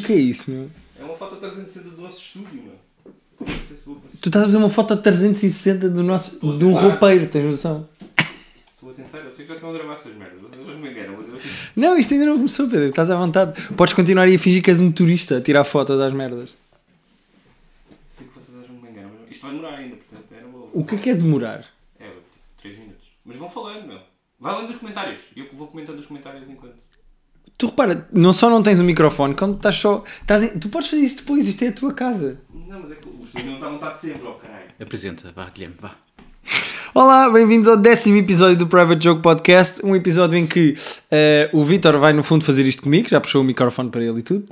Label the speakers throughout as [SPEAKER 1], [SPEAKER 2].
[SPEAKER 1] que é isso, meu?
[SPEAKER 2] É uma foto 360 do nosso estúdio, meu. Facebook, vocês-
[SPEAKER 1] Tu estás a fazer uma foto 360 do nosso, de um
[SPEAKER 2] Claro.
[SPEAKER 1] roupeiro, tens noção?
[SPEAKER 2] Estou a tentar, eu sei que já estão a gravar essas merdas, mas eles me enganam, mas eu fico.
[SPEAKER 1] Não, isto ainda não começou, Pedro. Estás à vontade. Podes continuar aí a fingir que és um turista a tirar fotos às merdas.
[SPEAKER 2] Sei que vocês acham que me enganam, mas isto vai demorar ainda, portanto era boa.
[SPEAKER 1] O que é que é demorar?
[SPEAKER 2] É, tipo, 3 minutos. Mas vão falando, meu. Vai lendo os comentários. E eu vou comentando os comentários enquanto.
[SPEAKER 1] Tu repara, não só não tens um microfone, como estás só. Estás em- tu podes fazer isto depois, isto é a tua casa.
[SPEAKER 2] Não, mas é que o estúdio não está montado sempre, ó caralho.
[SPEAKER 3] Apresenta, vá, Guilherme, vá.
[SPEAKER 1] Olá, bem-vindos ao décimo episódio do Private Joke Podcast. Um episódio em que eh, o Vitor vai, no fundo, fazer isto comigo, já puxou o microfone para ele e tudo.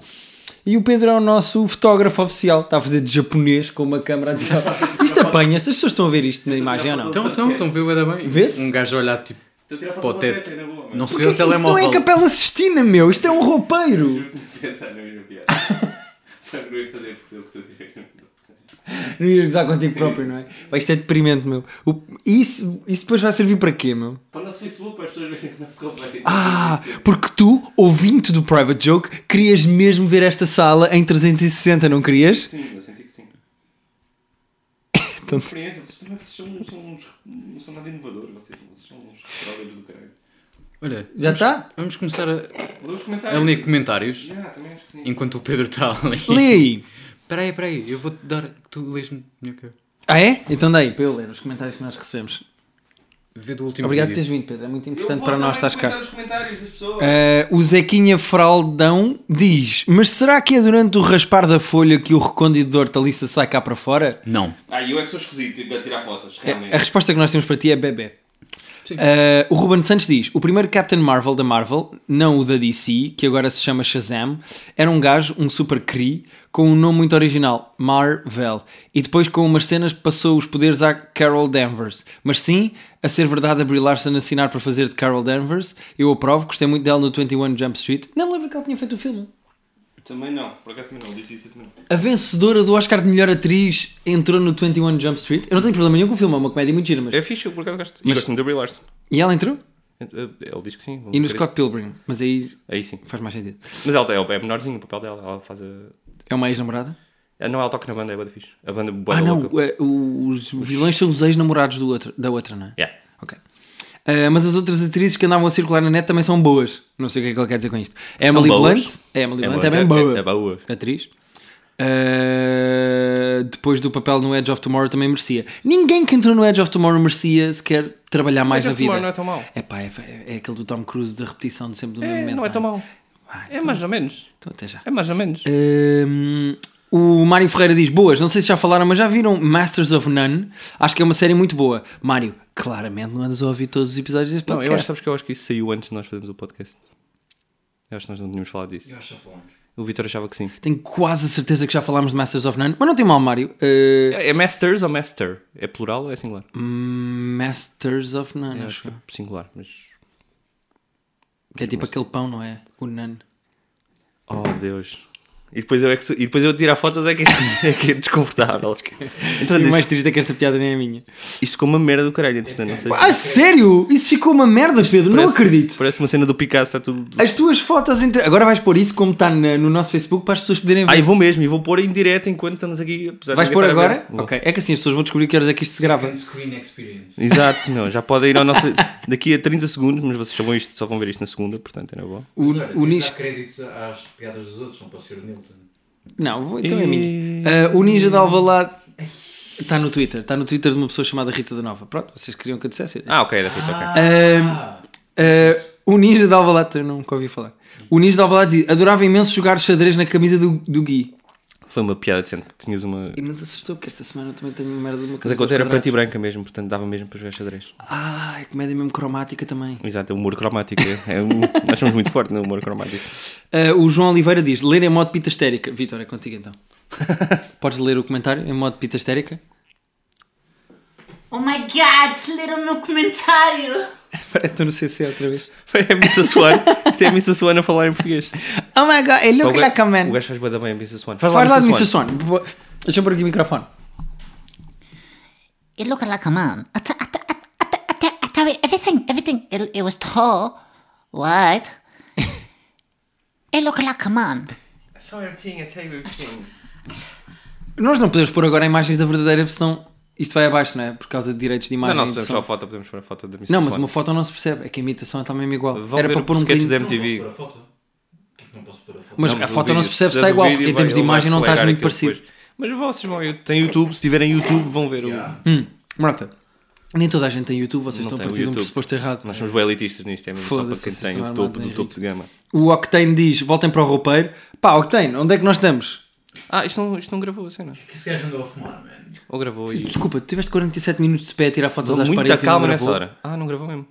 [SPEAKER 1] E o Pedro é o nosso fotógrafo oficial, está a fazer de japonês com uma câmera a tirar. Isto apanha-se, as pessoas estão a ver isto na imagem ou não?
[SPEAKER 3] Então, então, então, viu o bem.
[SPEAKER 1] Vê-se?
[SPEAKER 3] Um gajo a olhar tipo
[SPEAKER 2] Estou a tirar
[SPEAKER 3] para
[SPEAKER 2] fotos
[SPEAKER 3] o
[SPEAKER 2] ao
[SPEAKER 3] teto.
[SPEAKER 2] teto, é na boa, mano.
[SPEAKER 3] Não se
[SPEAKER 1] Porquê
[SPEAKER 3] vê o
[SPEAKER 1] que isto não é
[SPEAKER 3] telemóvel.
[SPEAKER 1] a Capela Sistina, meu? Isto é um roupeiro.
[SPEAKER 2] Juro que não pensar na mesma piada. Só que não ia fazer porque sei o que tu dirias.
[SPEAKER 1] Não ia gozar contigo próprio, não é? Pá, isto é deprimente, meu. O- isso, isso depois vai servir para quê, meu?
[SPEAKER 2] Para o nosso Facebook, para as pessoas verem o nosso é roupeiro.
[SPEAKER 1] Ah, porque tu, ouvinte do Private Joke, querias mesmo ver esta sala em 360, não querias?
[SPEAKER 2] Sim, eu senti que sim.
[SPEAKER 1] Então-
[SPEAKER 2] Experiência, vocês também vocês são, não são uns. não são nada inovadores, vocês, vocês são uns retrógrados do caralho.
[SPEAKER 3] Olha,
[SPEAKER 1] Já
[SPEAKER 3] vamos-
[SPEAKER 1] está?
[SPEAKER 3] Vamos começar a,
[SPEAKER 2] Lê os
[SPEAKER 3] a
[SPEAKER 1] É
[SPEAKER 2] comentários.
[SPEAKER 1] um
[SPEAKER 3] ler comentários
[SPEAKER 2] Ah, também acho que sim.
[SPEAKER 3] enquanto o Pedro está ali.
[SPEAKER 1] Lê aí.
[SPEAKER 3] Espera aí, espera aí, eu vou-te dar. Tu lês-me melhor que eu.
[SPEAKER 1] Ah, é? Então daí, para eu ler os comentários que nós recebemos.
[SPEAKER 3] Vê do último
[SPEAKER 1] Obrigado por
[SPEAKER 3] vídeo.
[SPEAKER 1] teres vindo, Pedro. É muito
[SPEAKER 2] Eu
[SPEAKER 1] importante
[SPEAKER 2] vou
[SPEAKER 1] para nós,
[SPEAKER 2] também
[SPEAKER 1] estás cá.
[SPEAKER 2] comentar os comentários das pessoas.
[SPEAKER 1] Ah, o Zequinha Fraldão diz: Mas será que é durante o raspar da folha que o recôndito de hortaliça sai cá para fora?
[SPEAKER 3] Não.
[SPEAKER 2] Ah, eu é que sou esquisito a tirar fotos, realmente.
[SPEAKER 1] A resposta que nós temos para ti é bebê.
[SPEAKER 3] Sim.
[SPEAKER 1] Uh, o Ruben Santos diz: o primeiro Captain Marvel da Marvel, não o da DC, que agora se chama Shazam, era um gajo, um super Cree, com um nome muito original, Marvel. E depois, com umas cenas, passou os poderes à Carol Danvers. Mas sim, a ser verdade, a Brie Larson assinar para fazer de Carol Danvers, eu aprovo, gostei muito dela no 21 Jump Street. Não me lembro que ela tinha feito o filme.
[SPEAKER 2] Também não, por acaso também não, disse isso eu também não.
[SPEAKER 1] A vencedora do Oscar de melhor atriz entrou no 21 Jump Street. Eu não tenho problema nenhum com o filme, é uma comédia muito gira, mas.
[SPEAKER 2] É fixe, eu por acaso gosto.
[SPEAKER 1] Mas-
[SPEAKER 2] Mas... Gosto-me da Brie Larson. Eh,
[SPEAKER 1] E ela entrou?
[SPEAKER 2] Ele diz que sim. vamos
[SPEAKER 1] E no
[SPEAKER 2] ver
[SPEAKER 1] Scott Pilgrim, mas aí
[SPEAKER 2] isso. Aí sim.
[SPEAKER 1] faz mais sentido.
[SPEAKER 2] Mas ela é, é menorzinho o papel dela, ela faz a.
[SPEAKER 1] É uma ex-namorada?
[SPEAKER 2] Ah, Não, ela toca na banda, é boa fixe. A banda boa
[SPEAKER 1] Ah,
[SPEAKER 2] da
[SPEAKER 1] não,
[SPEAKER 2] louca.
[SPEAKER 1] é, o- os vilões são os ex-namorados do outro- da outra, não é?
[SPEAKER 2] Yeah.
[SPEAKER 1] Ok. Ah, mas as outras atrizes que andavam a circular na net também são boas. Não sei o que é que ele quer dizer com isto. A Emily
[SPEAKER 2] boas.
[SPEAKER 1] Blunt. A Emily
[SPEAKER 2] É
[SPEAKER 1] Blunt
[SPEAKER 2] boa,
[SPEAKER 1] é bem
[SPEAKER 2] é-
[SPEAKER 1] boa.
[SPEAKER 2] é- é boa.
[SPEAKER 1] Atriz. Ah, depois do papel no Edge of Tomorrow também merecia. Ninguém que entrou no Edge of Tomorrow merecia sequer trabalhar mais
[SPEAKER 2] Edge
[SPEAKER 1] na
[SPEAKER 2] of Tomorrow
[SPEAKER 1] vida.
[SPEAKER 2] não é tão mau.
[SPEAKER 1] É pá, é, é aquele do Tom Cruise da repetição de sempre do mesmo
[SPEAKER 2] É,
[SPEAKER 1] momento.
[SPEAKER 2] não é tão mau. É mais ou menos.
[SPEAKER 1] Então até já.
[SPEAKER 2] É mais ou menos.
[SPEAKER 1] Hum, o Mário Ferreira diz: Boas, não sei se já falaram, mas já viram Masters of None? Acho que é uma série muito boa. Mário, claramente não andas a ouvir todos os episódios deste
[SPEAKER 2] Não, eu acho,
[SPEAKER 1] podcast.
[SPEAKER 2] sabes que eu acho que isso saiu antes de nós fazermos o podcast. Eu acho que nós não tínhamos falado disso. O Vitor achava que sim.
[SPEAKER 1] Tenho quase a certeza que já falámos de Masters of None, mas não tem mal, Mário. Uh,
[SPEAKER 2] É, é Masters ou Master? É plural ou é singular?
[SPEAKER 1] Masters of None, acho
[SPEAKER 2] Eu acho que
[SPEAKER 1] eu.
[SPEAKER 2] é singular, mas.
[SPEAKER 1] Que é tipo aquele pão, não é? O None.
[SPEAKER 2] Oh Deus. E depois eu, é que sou- e depois eu tirar fotos é que é, é, que é desconfortável. Então,
[SPEAKER 1] E o
[SPEAKER 2] isto,
[SPEAKER 1] mais triste é que esta piada nem é minha.
[SPEAKER 2] isto ficou uma merda do caralho, entretanto, não sei se-
[SPEAKER 1] Ah, sério? Isso ficou uma merda, Pedro. Não
[SPEAKER 2] parece-
[SPEAKER 1] acredito.
[SPEAKER 2] Parece uma cena do Picasso, está tudo.
[SPEAKER 1] As tuas fotos. Entre... Agora vais pôr isso como está na- no nosso Facebook para as pessoas poderem ver.
[SPEAKER 2] Ah, e vou mesmo, e vou pôr em direto enquanto estamos aqui. apesar de
[SPEAKER 1] vais
[SPEAKER 2] ninguém
[SPEAKER 1] pôr
[SPEAKER 2] estar a ver.
[SPEAKER 1] agora?
[SPEAKER 2] Vou.
[SPEAKER 1] Ok. É que assim as pessoas vão descobrir que horas é que isto se grava.
[SPEAKER 3] Screen Experience.
[SPEAKER 2] Exato, meu, já podem ir ao nosso. daqui a 30 segundos, mas vocês só vão, isto, só vão ver isto na segunda, portanto era bom.
[SPEAKER 1] O, o Nis-
[SPEAKER 3] créditos às piadas dos outros, não para ser o Nilton.
[SPEAKER 1] Não, vou- então é
[SPEAKER 2] E-
[SPEAKER 1] minha. Ah, o Ninja de Alvalade está no Twitter. Está no Twitter de uma pessoa chamada Rita da Nova. Pronto, vocês queriam que eu dissesse. hum,
[SPEAKER 2] Ah, ok, era fixe, ok.
[SPEAKER 3] Ah,
[SPEAKER 1] Ah, o Ninja de Alvalade, eu nunca ouvi falar. O Ninja de Alvalade diz, adorava imenso jogar xadrez na camisa do, do Gui.
[SPEAKER 2] Foi uma piada decente, porque tinhas uma.
[SPEAKER 1] E Mas assustou porque esta semana eu também tenho merda de uma
[SPEAKER 2] Mas
[SPEAKER 1] camisa
[SPEAKER 2] a conta era
[SPEAKER 1] aos
[SPEAKER 2] preta e
[SPEAKER 1] quadrados.
[SPEAKER 2] branca mesmo, portanto dava mesmo para jogar xadrez.
[SPEAKER 1] Ah, é comédia mesmo cromática também.
[SPEAKER 2] Exato, é humor cromático. É, é um- nós somos muito fortes no humor cromático.
[SPEAKER 1] Ah, o João Oliveira diz, ler em modo pita histérica. Vitor, é contigo então. Podes ler o comentário em modo pita histérica?
[SPEAKER 4] Oh my god, leram o meu comentário!
[SPEAKER 1] Parece que estou no CC outra vez.
[SPEAKER 2] É a Missa Swan. Isso é a Missa Swan a falar em português.
[SPEAKER 1] Oh my god, it look
[SPEAKER 2] o,
[SPEAKER 1] like a man.
[SPEAKER 2] gajo, o gajo faz bué da bem a Missa Swan.
[SPEAKER 1] Faz lá de
[SPEAKER 2] Missa
[SPEAKER 1] Mr.
[SPEAKER 2] Swan.
[SPEAKER 1] Swan. Bo- Deixa eu pôr aqui o microfone.
[SPEAKER 4] It looked like a man. I, t- I, t- I, t- I, t- I tell you everything, everything. It, it was tall, white. It looked like a man.
[SPEAKER 2] Só everything, I tell you everything.
[SPEAKER 1] Nós não podemos pôr agora imagens da verdadeira, porque senão isto vai abaixo, não é? Por causa de direitos de
[SPEAKER 2] Não,
[SPEAKER 1] imagem.
[SPEAKER 2] não, se
[SPEAKER 1] e de
[SPEAKER 2] podemos
[SPEAKER 1] som.
[SPEAKER 2] só a foto, podemos pôr a foto da Mrs.
[SPEAKER 1] Não, mas
[SPEAKER 2] Swan.
[SPEAKER 1] uma foto não se percebe. É que a imitação está mesmo igual.
[SPEAKER 2] Vão
[SPEAKER 1] Era
[SPEAKER 2] ver
[SPEAKER 1] para pôr um
[SPEAKER 2] sketches da
[SPEAKER 1] bocadinho...
[SPEAKER 3] Não
[SPEAKER 2] MTV.
[SPEAKER 3] posso pôr a foto? Porquê que não posso pôr a foto?
[SPEAKER 1] Mas
[SPEAKER 2] Não,
[SPEAKER 1] a
[SPEAKER 2] o
[SPEAKER 1] foto não
[SPEAKER 2] vídeo-
[SPEAKER 1] se percebe se está
[SPEAKER 2] vês o
[SPEAKER 1] igual,
[SPEAKER 2] um vídeo
[SPEAKER 1] porque
[SPEAKER 2] e
[SPEAKER 1] em termos de
[SPEAKER 2] vai- ele vai
[SPEAKER 1] imagem não estás
[SPEAKER 2] folhear
[SPEAKER 1] muito
[SPEAKER 2] aquilo
[SPEAKER 1] parecido.
[SPEAKER 2] depois. Mas vocês vão, tem YouTube, se tiverem YouTube vão ver
[SPEAKER 3] Yeah.
[SPEAKER 2] o...
[SPEAKER 1] Marta, nem toda a gente tem YouTube, vocês
[SPEAKER 2] Não
[SPEAKER 1] estão a
[SPEAKER 2] tem o
[SPEAKER 1] partir de um
[SPEAKER 2] YouTube.
[SPEAKER 1] pressuposto errado.
[SPEAKER 2] Nós somos bem elitistas nisto, é mesmo só para
[SPEAKER 1] Foda-se,
[SPEAKER 2] quem
[SPEAKER 1] vocês
[SPEAKER 2] tem
[SPEAKER 1] estão
[SPEAKER 2] o topo
[SPEAKER 1] armados em
[SPEAKER 2] do topo de gama.
[SPEAKER 1] O Octane diz, voltem para o roupeiro. Pá, Octane, onde é que nós estamos?
[SPEAKER 2] Ah, isto não, isto não gravou a cena.
[SPEAKER 3] Que esse gajo andou a fumar, mano.
[SPEAKER 2] Ou gravou aí.
[SPEAKER 1] Desculpa, tu tiveste 47 minutos de pé a tirar fotos às
[SPEAKER 2] Muita
[SPEAKER 1] paredes e não
[SPEAKER 2] calma nessa
[SPEAKER 1] gravou?
[SPEAKER 2] hora. Ah, não gravou mesmo.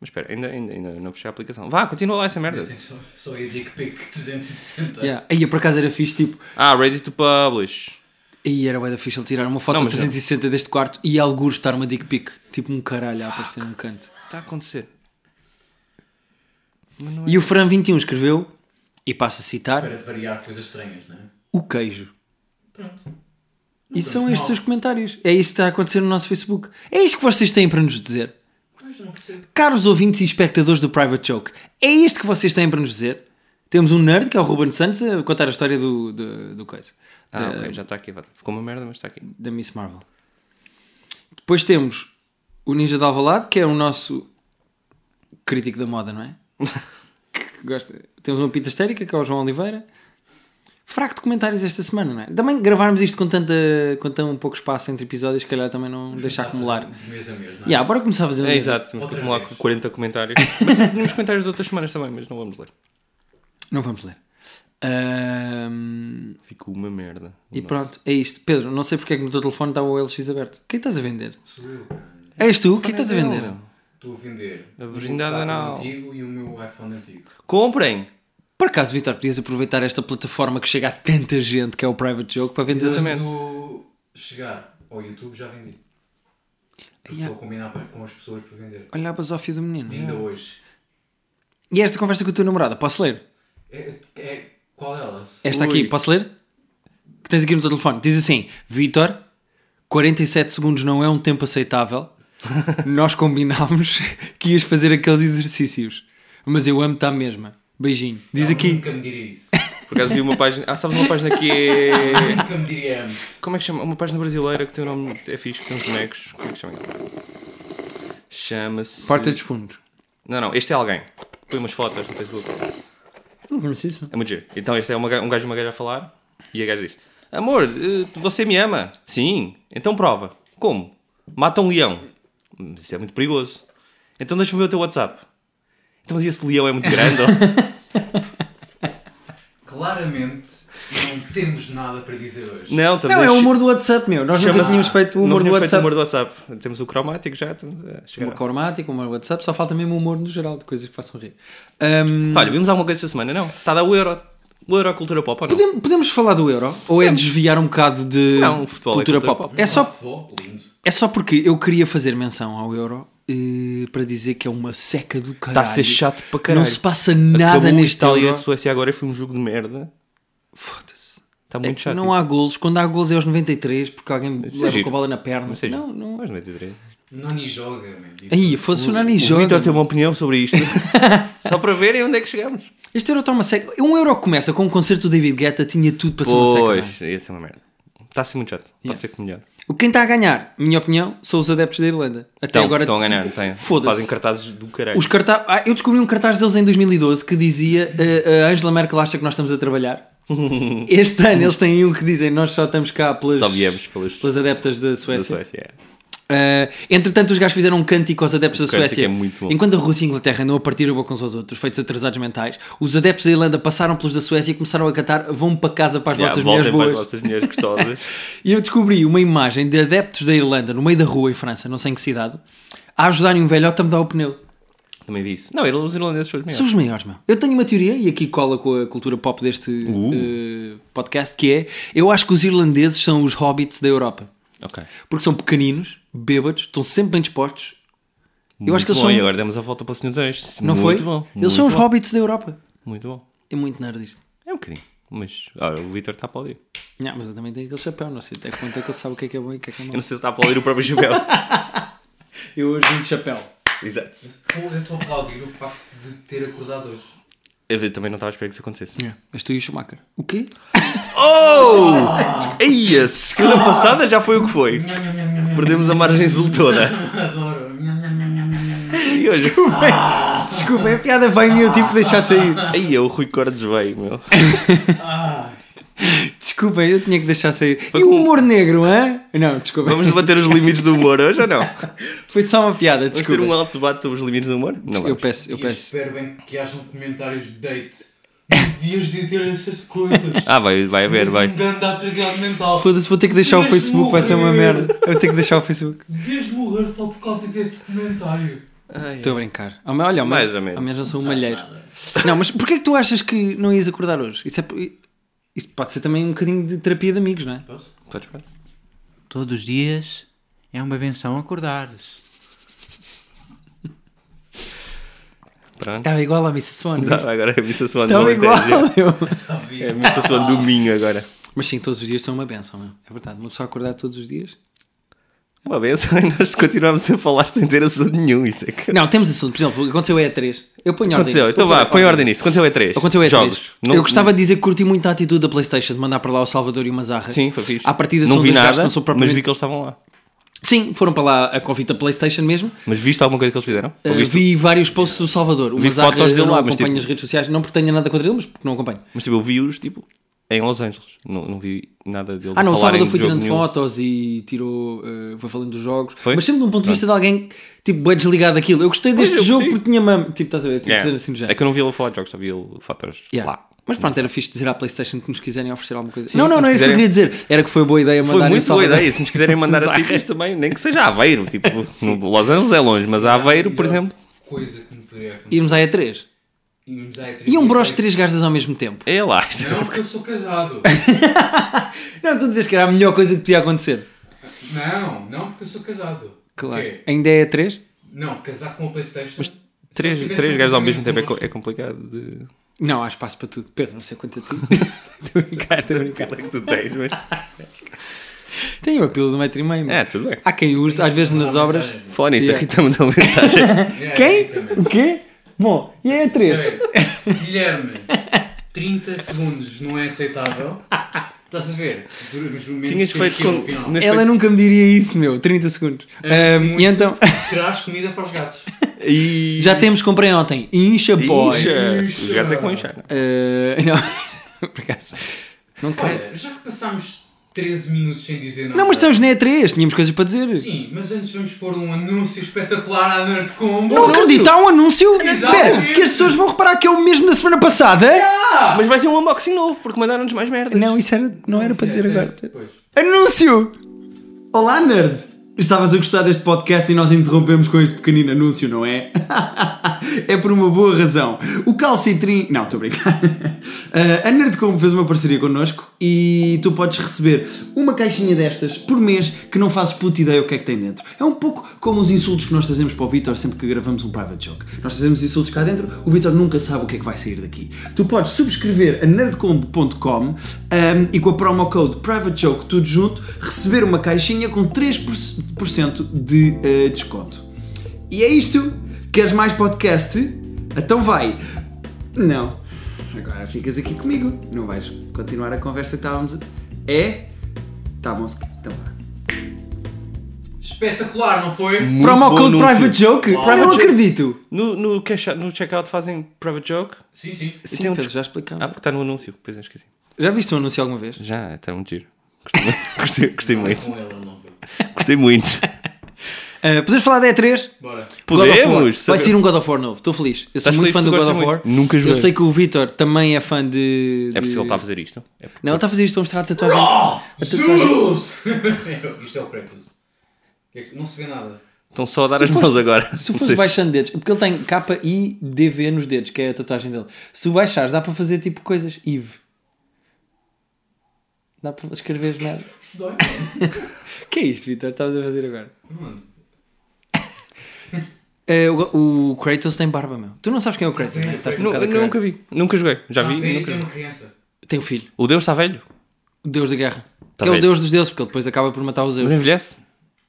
[SPEAKER 2] Mas espera, ainda, ainda, ainda não fechei a aplicação. Vá, continua lá essa merda.
[SPEAKER 3] Eu tenho só, só aí dick pic 360.
[SPEAKER 1] Yeah. Aí por acaso era fixe, tipo,
[SPEAKER 2] Ah, ready to publish.
[SPEAKER 1] aí era bué da fixe ele tirar uma foto
[SPEAKER 2] Não, mas é.
[SPEAKER 1] 360 deste quarto e alguns estar uma dick pic, tipo um caralho a aparecer num canto.
[SPEAKER 2] Está a acontecer.
[SPEAKER 1] E o Fran21 escreveu, e passo a citar,
[SPEAKER 3] Para variar coisas estranhas, não é?
[SPEAKER 1] o queijo.
[SPEAKER 3] Pronto.
[SPEAKER 1] E são
[SPEAKER 3] estamos
[SPEAKER 1] estes
[SPEAKER 3] mal.
[SPEAKER 1] os comentários. É isso que está a acontecer no nosso Facebook. É isto que vocês têm para nos dizer.
[SPEAKER 3] Mas não percebo.
[SPEAKER 1] Caros ouvintes e espectadores do Private Joke, é isto que vocês têm para nos dizer? Temos um nerd, que é o Ruben Santos, a contar a história do, do, do coisa.
[SPEAKER 2] Ah,
[SPEAKER 1] da,
[SPEAKER 2] ok, já está aqui. vá. Ficou uma merda, mas está aqui.
[SPEAKER 1] da Miss Marvel. Depois temos o Ninja de Alvalade, que é o nosso crítico da moda, não é? Que gosta. Temos uma pita histérica, que é o João Oliveira. Fraco de comentários esta semana, não é? Também gravarmos isto com, tanta, com tão pouco espaço entre episódios, se calhar também não deixa acumular.
[SPEAKER 3] De mês a mês, não é?
[SPEAKER 1] Yeah, bora começar a fazer um
[SPEAKER 2] É,
[SPEAKER 1] dia.
[SPEAKER 2] exato, temos que
[SPEAKER 3] Outra
[SPEAKER 2] acumular
[SPEAKER 3] vez.
[SPEAKER 2] com 40 comentários. Mas temos comentários de outras semanas também, mas não vamos ler.
[SPEAKER 1] Não vamos ler. Ahm,
[SPEAKER 2] Ficou uma merda.
[SPEAKER 1] e pronto, é isto. Pedro, não sei porque é que no teu telefone está o LX aberto. Quem estás a vender?
[SPEAKER 3] Sou eu, mano.
[SPEAKER 1] És tu? Quem estás a vender?
[SPEAKER 3] Estou a vender.
[SPEAKER 2] A virgindade
[SPEAKER 3] o meu
[SPEAKER 2] anal.
[SPEAKER 3] computador antigo e o meu iPhone antigo.
[SPEAKER 2] Comprem!
[SPEAKER 1] Por acaso, Vitor, podias aproveitar esta plataforma que chega a tanta gente, que é o Private Joke, para vender
[SPEAKER 2] Exatamente.
[SPEAKER 1] também.
[SPEAKER 3] Desde o chegar ao YouTube já vendi. Porque
[SPEAKER 1] Yeah.
[SPEAKER 3] Estou a combinar pa- com as pessoas para vender.
[SPEAKER 1] Olha a basófia do menino.
[SPEAKER 3] Ainda hoje.
[SPEAKER 1] E esta conversa com a tua namorada, posso ler?
[SPEAKER 3] É, é, qual delas?
[SPEAKER 1] Esta aqui,
[SPEAKER 2] Ui.
[SPEAKER 1] posso ler? Que tens aqui no teu telefone. Diz assim: Vitor, 47 segundos não é um tempo aceitável. Nós combinámos que ias fazer aqueles exercícios. Mas eu amo-te à mesma. Beijinho. Diz
[SPEAKER 3] Não,
[SPEAKER 1] aqui.
[SPEAKER 3] Nunca me diria isso.
[SPEAKER 2] Por acaso vi uma página. Ah, sabes uma página que é.
[SPEAKER 3] nunca me diria amo.
[SPEAKER 2] Como é que chama? Uma página brasileira que tem o nome. É fixe, que tem uns bonecos. Como é que chama? aquela? Chama-se.
[SPEAKER 1] Porta dos fundos.
[SPEAKER 2] Não, não, este é alguém. Põe umas fotos no Facebook.
[SPEAKER 1] Não conheço isso.
[SPEAKER 2] É muito giro. Então este é uma ga- um gajo e uma gaja a falar e a gaja diz: Amor, eh, você me ama? Sim. Então prova. Como? Mata um leão. "Hum, Isso é muito perigoso. Então deixa-me ver o teu WhatsApp. Então mas esse leão é muito grande. ó."
[SPEAKER 3] Claramente não temos nada para dizer hoje.
[SPEAKER 2] não,
[SPEAKER 1] Não,
[SPEAKER 2] talvez.
[SPEAKER 1] é o humor do WhatsApp, meu. Nós nunca
[SPEAKER 2] Chama-se-
[SPEAKER 1] tínhamos feito o
[SPEAKER 2] Não
[SPEAKER 1] humor do
[SPEAKER 2] tínhamos feito
[SPEAKER 1] WhatsApp.
[SPEAKER 2] humor do WhatsApp. Temos o cromático já. Temos, eh, a chegar.
[SPEAKER 1] Humor cromático, humor WhatsApp, só falta mesmo humor no geral, de coisas que façam rir. Ahm,
[SPEAKER 2] Pá, Olha, vimos alguma coisa esta semana? Não. Está a dar o euro. O euro à cultura pop ou não?
[SPEAKER 1] podem- podemos falar do Euro? Ou é desviar um bocado de
[SPEAKER 2] Não, o futebol é
[SPEAKER 1] cultura,
[SPEAKER 2] cultura
[SPEAKER 1] pop?
[SPEAKER 2] pop.
[SPEAKER 1] É só,
[SPEAKER 3] Futebol, lindo.
[SPEAKER 1] é só porque eu queria fazer menção ao Euro eh, para dizer que é uma seca do caralho.
[SPEAKER 2] Está Tá a ser chato para caralho.
[SPEAKER 1] Não se passa nada
[SPEAKER 2] Acabou
[SPEAKER 1] neste
[SPEAKER 2] Itália e a
[SPEAKER 1] Euro.
[SPEAKER 2] Suécia agora foi um jogo de merda.
[SPEAKER 1] Foda-se. É
[SPEAKER 2] Está muito
[SPEAKER 1] que
[SPEAKER 2] chato.
[SPEAKER 1] não há golos. Quando há golos é aos 93 porque alguém
[SPEAKER 2] Isso é
[SPEAKER 1] leva
[SPEAKER 2] giro.
[SPEAKER 1] com a bola na perna.
[SPEAKER 2] Ou seja,
[SPEAKER 1] Não, não.
[SPEAKER 2] Mas não é de direito.
[SPEAKER 3] Nani joga, man.
[SPEAKER 1] Aí, fosse o Nani
[SPEAKER 2] O Vitor
[SPEAKER 1] joga.
[SPEAKER 2] tem uma opinião sobre isto. Só para verem onde é que chegamos.
[SPEAKER 1] Este Euro está uma seca. Um Euro que começa com um concerto do David Guetta, tinha tudo para ser uma seca. não é?
[SPEAKER 2] Pois, ia ser uma merda. Está a ser muito chato. Pode ser que melhor.
[SPEAKER 1] O quem está a ganhar, minha opinião, são os adeptos da Irlanda. Até
[SPEAKER 2] Então,
[SPEAKER 1] agora
[SPEAKER 2] estão a ganhar, têm.
[SPEAKER 1] Foda-se.
[SPEAKER 2] Fazem cartazes do caralho.
[SPEAKER 1] Os cartaz... Ah, eu descobri um cartaz deles em 2012 que dizia eh, "A- a Angela Merkel acha que nós estamos a trabalhar. este ano eles têm um que dizem nós só estamos cá pelas,
[SPEAKER 2] Só viemos pelas-
[SPEAKER 1] pelas adeptas da
[SPEAKER 2] da
[SPEAKER 1] Suécia.
[SPEAKER 2] Suécia. é.
[SPEAKER 1] Ah, entretanto, os gajos fizeram um cântico aos adeptos da
[SPEAKER 2] cântico
[SPEAKER 1] Suécia.
[SPEAKER 2] é muito bom.
[SPEAKER 1] Enquanto a Rússia e a Inglaterra andam a partir o boca uns aos outros, feitos atrasados mentais, os adeptos da Irlanda passaram pelos da Suécia e começaram a cantar Vão para casa para as
[SPEAKER 2] Yeah,
[SPEAKER 1] vossas mulheres
[SPEAKER 2] voltem para as
[SPEAKER 1] boas.
[SPEAKER 2] vossas mulheres gostosas.
[SPEAKER 1] E eu descobri uma imagem de adeptos da Irlanda no meio da rua em França, não sei em que cidade, a ajudarem um velhote a mudar o pneu.
[SPEAKER 2] Também disse. Não, eram os irlandeses são os
[SPEAKER 1] São
[SPEAKER 2] melhores.
[SPEAKER 1] os maiores, meu. Eu tenho uma teoria, e aqui cola com a cultura pop deste
[SPEAKER 2] Uh.
[SPEAKER 1] eh, podcast, que é: eu acho que os irlandeses são os hobbits da Europa.
[SPEAKER 2] Ok.
[SPEAKER 1] Porque são pequeninos, bêbados, estão sempre bem dispostos. Eu
[SPEAKER 2] Muito
[SPEAKER 1] acho que eles
[SPEAKER 2] bom,
[SPEAKER 1] são-
[SPEAKER 2] e agora demos a volta para o Senhor dos Anéis.
[SPEAKER 1] Não
[SPEAKER 2] muito
[SPEAKER 1] foi?
[SPEAKER 2] Bom,
[SPEAKER 1] Eles
[SPEAKER 2] muito
[SPEAKER 1] são os
[SPEAKER 2] bom.
[SPEAKER 1] hobbits da Europa.
[SPEAKER 2] Muito bom.
[SPEAKER 1] É muito nerd isto.
[SPEAKER 2] É um bocadinho. Mas ah, o Vitor está a aplaudir.
[SPEAKER 1] Não, mas eu também tenho aquele chapéu, não sei até quanto é que ele sabe o que é que é bom e o que é que é
[SPEAKER 2] Eu
[SPEAKER 1] mau.
[SPEAKER 2] não sei se está a aplaudir o próprio chapéu.
[SPEAKER 1] Eu hoje vim de chapéu.
[SPEAKER 2] Exato.
[SPEAKER 3] Pô, eu estou a aplaudir o facto de ter acordado hoje.
[SPEAKER 2] Eu também não estava a esperar que isso acontecesse.
[SPEAKER 1] Mas tu e o Schumacher. O quê?
[SPEAKER 2] Oh! Ei, a semana passada já foi o que foi. Perdemos a margem azul toda. E hoje.
[SPEAKER 1] Desculpa, a piada vem e eu tive que tipo deixar sair.
[SPEAKER 2] Aí é o Rui Cordes veio, meu.
[SPEAKER 1] Desculpa, eu tinha que deixar sair. E o humor negro, hã? Não, desculpa.
[SPEAKER 2] Vamos debater os limites do humor hoje ou não?
[SPEAKER 1] Foi só uma piada,
[SPEAKER 2] Vamos ter
[SPEAKER 1] desculpa.
[SPEAKER 2] um alto debate sobre os limites do humor? Não
[SPEAKER 1] Eu
[SPEAKER 2] vamos.
[SPEAKER 1] peço, eu
[SPEAKER 3] E
[SPEAKER 1] peço.
[SPEAKER 3] espero bem que hajam comentários de date. Não devias dizer essas coisas.
[SPEAKER 2] Ah, vai, vai haver, vai.
[SPEAKER 3] Um grande atrasado mental.
[SPEAKER 1] Ah, Foda-se, vou ter que deixar o
[SPEAKER 3] Mas
[SPEAKER 1] Facebook, vai ser uma
[SPEAKER 3] morrer.
[SPEAKER 1] merda. Eu vou ter que deixar o Facebook.
[SPEAKER 3] Devias morrer só por causa desse comentário.
[SPEAKER 1] Estou a brincar. Ao menos- Olha, ao menos,
[SPEAKER 2] Mais ou menos.
[SPEAKER 1] Ao menos não sou um malheiro. Não, mas porquê é que tu achas que não ias acordar hoje? Isso, é, isso pode ser também um bocadinho de terapia de amigos, não é?
[SPEAKER 3] Posso?
[SPEAKER 2] Podes parar.
[SPEAKER 5] Todos os dias é uma benção acordares.
[SPEAKER 2] Pronto.
[SPEAKER 1] Estava igual à Missa Swan.
[SPEAKER 2] Tá, agora é a missa suando do
[SPEAKER 1] Estava igual.
[SPEAKER 2] Alentejo.
[SPEAKER 1] meu.
[SPEAKER 3] Está bem.
[SPEAKER 2] É a missa suando do Minho agora.
[SPEAKER 1] Mas sim, todos os dias são uma benção, meu. É verdade. Uma pessoa acordar todos os dias.
[SPEAKER 2] Uma benção e nós continuamos a falar sem ter assunto nenhum. Isso é que...
[SPEAKER 1] Não, temos assunto. Por exemplo, aconteceu a E3. Eu ponho ordem.
[SPEAKER 2] Aconteceu, então
[SPEAKER 1] Vou
[SPEAKER 2] vá,
[SPEAKER 1] pôr
[SPEAKER 2] põe ordem nisto. Aconteceu é 3.
[SPEAKER 1] Aconteceu a E3.
[SPEAKER 2] Jogos. Não-
[SPEAKER 1] eu gostava de dizer que curti muito a atitude da PlayStation de mandar para lá o Salvador e o Mazarra.
[SPEAKER 2] Sim, foi fixe.
[SPEAKER 1] À partida
[SPEAKER 2] não
[SPEAKER 1] são
[SPEAKER 2] vi
[SPEAKER 1] dois gajos
[SPEAKER 2] nada,
[SPEAKER 1] que não são
[SPEAKER 2] mas
[SPEAKER 1] propriamente-
[SPEAKER 2] vi que eles estavam lá.
[SPEAKER 1] Sim, foram para lá a convite da PlayStation mesmo.
[SPEAKER 2] Mas viste alguma coisa que eles fizeram?
[SPEAKER 1] Uh,
[SPEAKER 2] Ouviste?
[SPEAKER 1] vi vários posts do Salvador. O
[SPEAKER 2] Vi
[SPEAKER 1] Mazarra
[SPEAKER 2] fotos dele
[SPEAKER 1] eu não
[SPEAKER 2] lá, mas
[SPEAKER 1] acompanho
[SPEAKER 2] tipo-
[SPEAKER 1] as redes sociais. Não porque tenha nada contra ele, mas porque não acompanho.
[SPEAKER 2] Mas tipo, eu vi-os tipo, em Los Angeles. Não, não vi nada deles.
[SPEAKER 1] Ah não,
[SPEAKER 2] a
[SPEAKER 1] o
[SPEAKER 2] falarem
[SPEAKER 1] Salvador
[SPEAKER 2] de
[SPEAKER 1] foi
[SPEAKER 2] jogo
[SPEAKER 1] tirando
[SPEAKER 2] nenhum.
[SPEAKER 1] fotos e tirou, uh, foi falando dos jogos,
[SPEAKER 2] Foi?
[SPEAKER 1] mas sempre de um ponto de vista de alguém tipo bem desligado daquilo. Eu gostei deste
[SPEAKER 2] eu
[SPEAKER 1] jogo
[SPEAKER 2] gostei.
[SPEAKER 1] porque tinha mame, tipo, estás a ver? Tipo,
[SPEAKER 2] Yeah.
[SPEAKER 1] dizer assim do
[SPEAKER 2] É
[SPEAKER 1] género.
[SPEAKER 2] que eu não vi ele falar de jogos, só vi ele fotos
[SPEAKER 1] Yeah.
[SPEAKER 2] lá.
[SPEAKER 1] Mas pronto, era fixe dizer à PlayStation que nos quiserem oferecer alguma coisa.
[SPEAKER 2] Sim,
[SPEAKER 1] não,
[SPEAKER 2] se
[SPEAKER 1] não,
[SPEAKER 2] nos
[SPEAKER 1] não é isso que eu queria
[SPEAKER 2] quiserem-
[SPEAKER 1] dizer. Era que foi boa ideia
[SPEAKER 2] Foi
[SPEAKER 1] mandar
[SPEAKER 2] muito boa ideia. Se nos quiserem mandar a sítios também, nem que seja a Aveiro. Tipo, no Los Angeles é longe, mas a Aveiro, por exemplo,
[SPEAKER 3] Coisa que me poderia acontecer.
[SPEAKER 1] Irmos à E3.
[SPEAKER 3] Irmos à E3
[SPEAKER 1] E um bros
[SPEAKER 3] e-
[SPEAKER 1] de três gajas ao mesmo tempo.
[SPEAKER 2] é lá.
[SPEAKER 3] Não, porque eu sou casado.
[SPEAKER 1] Não, tu dizes que era a melhor coisa que podia acontecer.
[SPEAKER 3] não, não, porque eu sou casado.
[SPEAKER 1] Claro.
[SPEAKER 3] Porquê?
[SPEAKER 1] Ainda é E3?
[SPEAKER 3] Não, casar com a Playstation. Mas
[SPEAKER 2] Três,
[SPEAKER 3] um
[SPEAKER 2] três gajos ao mesmo tempo é, co- é complicado de.
[SPEAKER 1] Não, há espaço para tudo. Pedro, não sei quanto a ti. Estou a brincar, estou a brincar.
[SPEAKER 2] Quanto é que tu tens, mas.
[SPEAKER 1] Tenho uma pila de um metro e meio. meu.
[SPEAKER 2] É, tudo bem.
[SPEAKER 1] Há quem use, às vezes nas obras.
[SPEAKER 2] Falar nisso, é tá
[SPEAKER 1] Yeah.
[SPEAKER 2] a Rita mandou uma mensagem.
[SPEAKER 3] É,
[SPEAKER 1] Quem? O quê? Bom, e é E3?
[SPEAKER 3] Guilherme, 30 segundos não é aceitável. Estás a ver? Dura- Mas no momento
[SPEAKER 2] Tinhas
[SPEAKER 3] chega
[SPEAKER 2] feito
[SPEAKER 3] aqui ao
[SPEAKER 2] com-
[SPEAKER 3] final.
[SPEAKER 2] neste-
[SPEAKER 1] Ela nunca me diria isso, meu. 30 segundos.
[SPEAKER 3] É
[SPEAKER 1] Ahm,
[SPEAKER 3] muito.
[SPEAKER 1] e então,
[SPEAKER 3] Traz comida para os gatos.
[SPEAKER 2] E.
[SPEAKER 1] já temos, comprei ontem. Incha, boy.
[SPEAKER 2] Incha.
[SPEAKER 3] Incha.
[SPEAKER 2] Os gatos é que vão inchar. não é?
[SPEAKER 1] Ah, não, por acaso. Não quero.
[SPEAKER 3] Olha, já que passámos 13 minutos sem dizer nada.
[SPEAKER 1] É. Não, mas estamos na E3, tínhamos coisas para dizer.
[SPEAKER 3] Sim, mas antes vamos pôr um anúncio espetacular à Nerd Combo.
[SPEAKER 1] Não acredito, há um anúncio!
[SPEAKER 3] Exato.
[SPEAKER 1] Espera, que as pessoas vão reparar que é o mesmo da semana passada?
[SPEAKER 2] Mas vai ser um unboxing novo, porque mandaram-nos mais merdas.
[SPEAKER 1] Não, isso era, não era para
[SPEAKER 3] Sim,
[SPEAKER 1] dizer
[SPEAKER 3] sim,
[SPEAKER 1] agora.
[SPEAKER 3] Pois.
[SPEAKER 1] Anúncio! Olá, nerd! Estavas a gostar deste podcast e nós interrompemos com este pequenino anúncio, não é? é por uma boa razão. O Calcitrim. Não, estou a brincar. Ah, a Nerdcom fez uma parceria connosco e tu podes receber uma caixinha destas por mês que não fazes puta ideia o que é que tem dentro. É um pouco como os insultos que nós trazemos para o Vitor sempre que gravamos um private joke. Nós trazemos insultos cá dentro, o Vitor nunca sabe o que é que vai sair daqui. Tu podes subscrever a nerdcombo.com ahm, ehm, e com a promo code private joke tudo junto receber uma caixinha com 3% de ah, desconto. E é isto. Queres mais podcast? Então vai. Não. Agora ficas aqui comigo. Não vais continuar a conversa que estávamos a... É? Tá bom, se- então vá.
[SPEAKER 3] Espetacular, não
[SPEAKER 1] Hum.
[SPEAKER 3] foi?
[SPEAKER 2] É Muito bom anúncio.
[SPEAKER 1] Joke?
[SPEAKER 2] Private joke.
[SPEAKER 1] acredito.
[SPEAKER 2] No, no, cash- no checkout fazem private joke.
[SPEAKER 3] Sim, sim.
[SPEAKER 2] E tem um des-
[SPEAKER 1] já explicamos.
[SPEAKER 2] Ah, porque está no anúncio. Pois eu esqueci.
[SPEAKER 1] Já viste um anúncio alguma vez?
[SPEAKER 2] Já, está muito giro. Gostei, gostei, gostei muito.
[SPEAKER 3] Com ela, não foi?
[SPEAKER 2] Gostei muito.
[SPEAKER 1] Ah, podemos falar da E3?
[SPEAKER 3] Bora.
[SPEAKER 2] Podemos!
[SPEAKER 1] Vai
[SPEAKER 2] saber- É
[SPEAKER 1] sair um God of War novo, estou feliz. Eu sou
[SPEAKER 2] Estás
[SPEAKER 1] muito
[SPEAKER 2] feliz
[SPEAKER 1] fã do
[SPEAKER 2] porque
[SPEAKER 1] God
[SPEAKER 2] gostas
[SPEAKER 1] of War.
[SPEAKER 2] muito? Nunca
[SPEAKER 1] Eu
[SPEAKER 2] joguei.
[SPEAKER 1] sei que o Vitor também é fã de.
[SPEAKER 2] É Oh, possível
[SPEAKER 1] de-
[SPEAKER 2] que ele está a fazer isto? É porque-
[SPEAKER 1] Não, ele está a fazer isto para mostrar a tatuagem. a tatuagem.
[SPEAKER 3] Zeus! Isto é o Kratos. Que é que Não se vê nada.
[SPEAKER 2] Estão só a dar
[SPEAKER 1] Se
[SPEAKER 2] as
[SPEAKER 1] fosse-
[SPEAKER 2] mãos agora.
[SPEAKER 1] Se
[SPEAKER 2] Não
[SPEAKER 1] fores
[SPEAKER 2] sei
[SPEAKER 1] baixando dedos, é porque ele tem K I D V nos dedos, que é a tatuagem dele. Se o baixares, dá para fazer tipo coisas. Ive. Dá para escrever merda.
[SPEAKER 3] Isso dói,
[SPEAKER 1] que é isto, Vitor? Estavas a fazer agora?
[SPEAKER 3] mano.
[SPEAKER 1] É, o, o Kratos tem barba, meu. Tu não sabes quem é o Kratos, né? Estás-te um
[SPEAKER 2] Nu-
[SPEAKER 1] bocado a cagar.
[SPEAKER 2] nunca vi. Nunca joguei. Já
[SPEAKER 3] Está
[SPEAKER 2] vi.
[SPEAKER 3] feio e
[SPEAKER 2] nunca
[SPEAKER 3] tem
[SPEAKER 2] joguei.
[SPEAKER 3] Ah, uma criança.
[SPEAKER 1] Tem um filho.
[SPEAKER 2] O Deus está velho?
[SPEAKER 1] O deus da guerra. que
[SPEAKER 2] Tá
[SPEAKER 1] é o
[SPEAKER 2] bem.
[SPEAKER 1] deus dos deuses, porque ele depois acaba por matar os
[SPEAKER 2] Mas
[SPEAKER 1] deuses.
[SPEAKER 2] envelhece?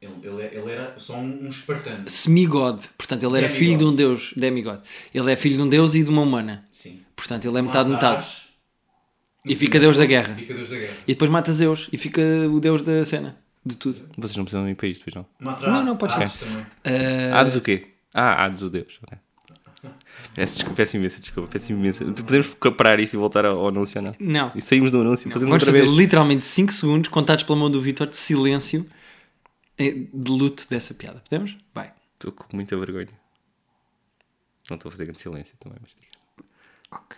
[SPEAKER 3] Ele, ele, ele era só um, um espartano.
[SPEAKER 1] Semigod, portanto, ele era
[SPEAKER 3] Demigod.
[SPEAKER 1] filho de um deus, demigod. Ele é filho de um deus e de uma humana.
[SPEAKER 3] Sim.
[SPEAKER 1] Portanto, ele é metade,
[SPEAKER 3] Mata
[SPEAKER 1] metade.
[SPEAKER 3] Ares,
[SPEAKER 1] E fica deus da guerra.
[SPEAKER 3] Fica Deus da guerra.
[SPEAKER 1] E depois mata Zeus e fica o deus da cena, de tudo.
[SPEAKER 2] Vocês não precisam ir para isto, pois não?
[SPEAKER 3] Mata
[SPEAKER 1] Não, não, pode
[SPEAKER 3] Ares também.
[SPEAKER 1] Eh,
[SPEAKER 2] Hades o quê? Ah, Hades o Deus. ok. Peço desculpa, peço imensa desculpa, peço imensa. Podemos parar isto e voltar ao ao anúncio ou não?
[SPEAKER 1] Não.
[SPEAKER 2] E saímos do anúncio, fazemos
[SPEAKER 1] Vamos
[SPEAKER 2] outra
[SPEAKER 1] fazer
[SPEAKER 2] vez.
[SPEAKER 1] literalmente 5 segundos contados pela mão do Vitor de silêncio eh, de luto dessa piada. Podemos? Vai.
[SPEAKER 2] Estou com muita vergonha. Não estou a fazer grande silêncio também, mas diga.
[SPEAKER 1] Ok.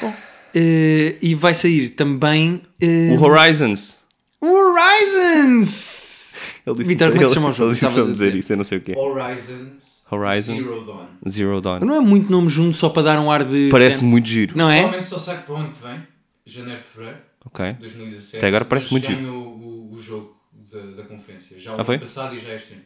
[SPEAKER 1] Bom. eh, e vai sair também eh,
[SPEAKER 2] O Horizons!
[SPEAKER 1] Horizons!
[SPEAKER 2] Ele
[SPEAKER 1] Vitor, como é que se
[SPEAKER 2] ele-
[SPEAKER 1] chama o jogo?
[SPEAKER 2] Ele disse
[SPEAKER 1] Estavas
[SPEAKER 2] para
[SPEAKER 1] a
[SPEAKER 2] me dizer
[SPEAKER 1] dizer.
[SPEAKER 2] isso, eu não sei o quê.
[SPEAKER 3] Horizons
[SPEAKER 2] Horizon.
[SPEAKER 3] Zero Dawn.
[SPEAKER 2] Zero Dawn.
[SPEAKER 1] Não é muito nome junto só para dar um ar de.
[SPEAKER 2] Parece
[SPEAKER 1] cena?
[SPEAKER 2] muito giro.
[SPEAKER 1] Não é?
[SPEAKER 3] Provavelmente só sai para onde vem. Janeiro, fevereiro.
[SPEAKER 2] Ok.
[SPEAKER 3] 2017.
[SPEAKER 2] Até agora parece
[SPEAKER 3] mas
[SPEAKER 2] muito
[SPEAKER 3] ganha o, o, o jogo da, da conferência. Já o
[SPEAKER 2] Ah, foi?
[SPEAKER 3] ano passado e já este ano.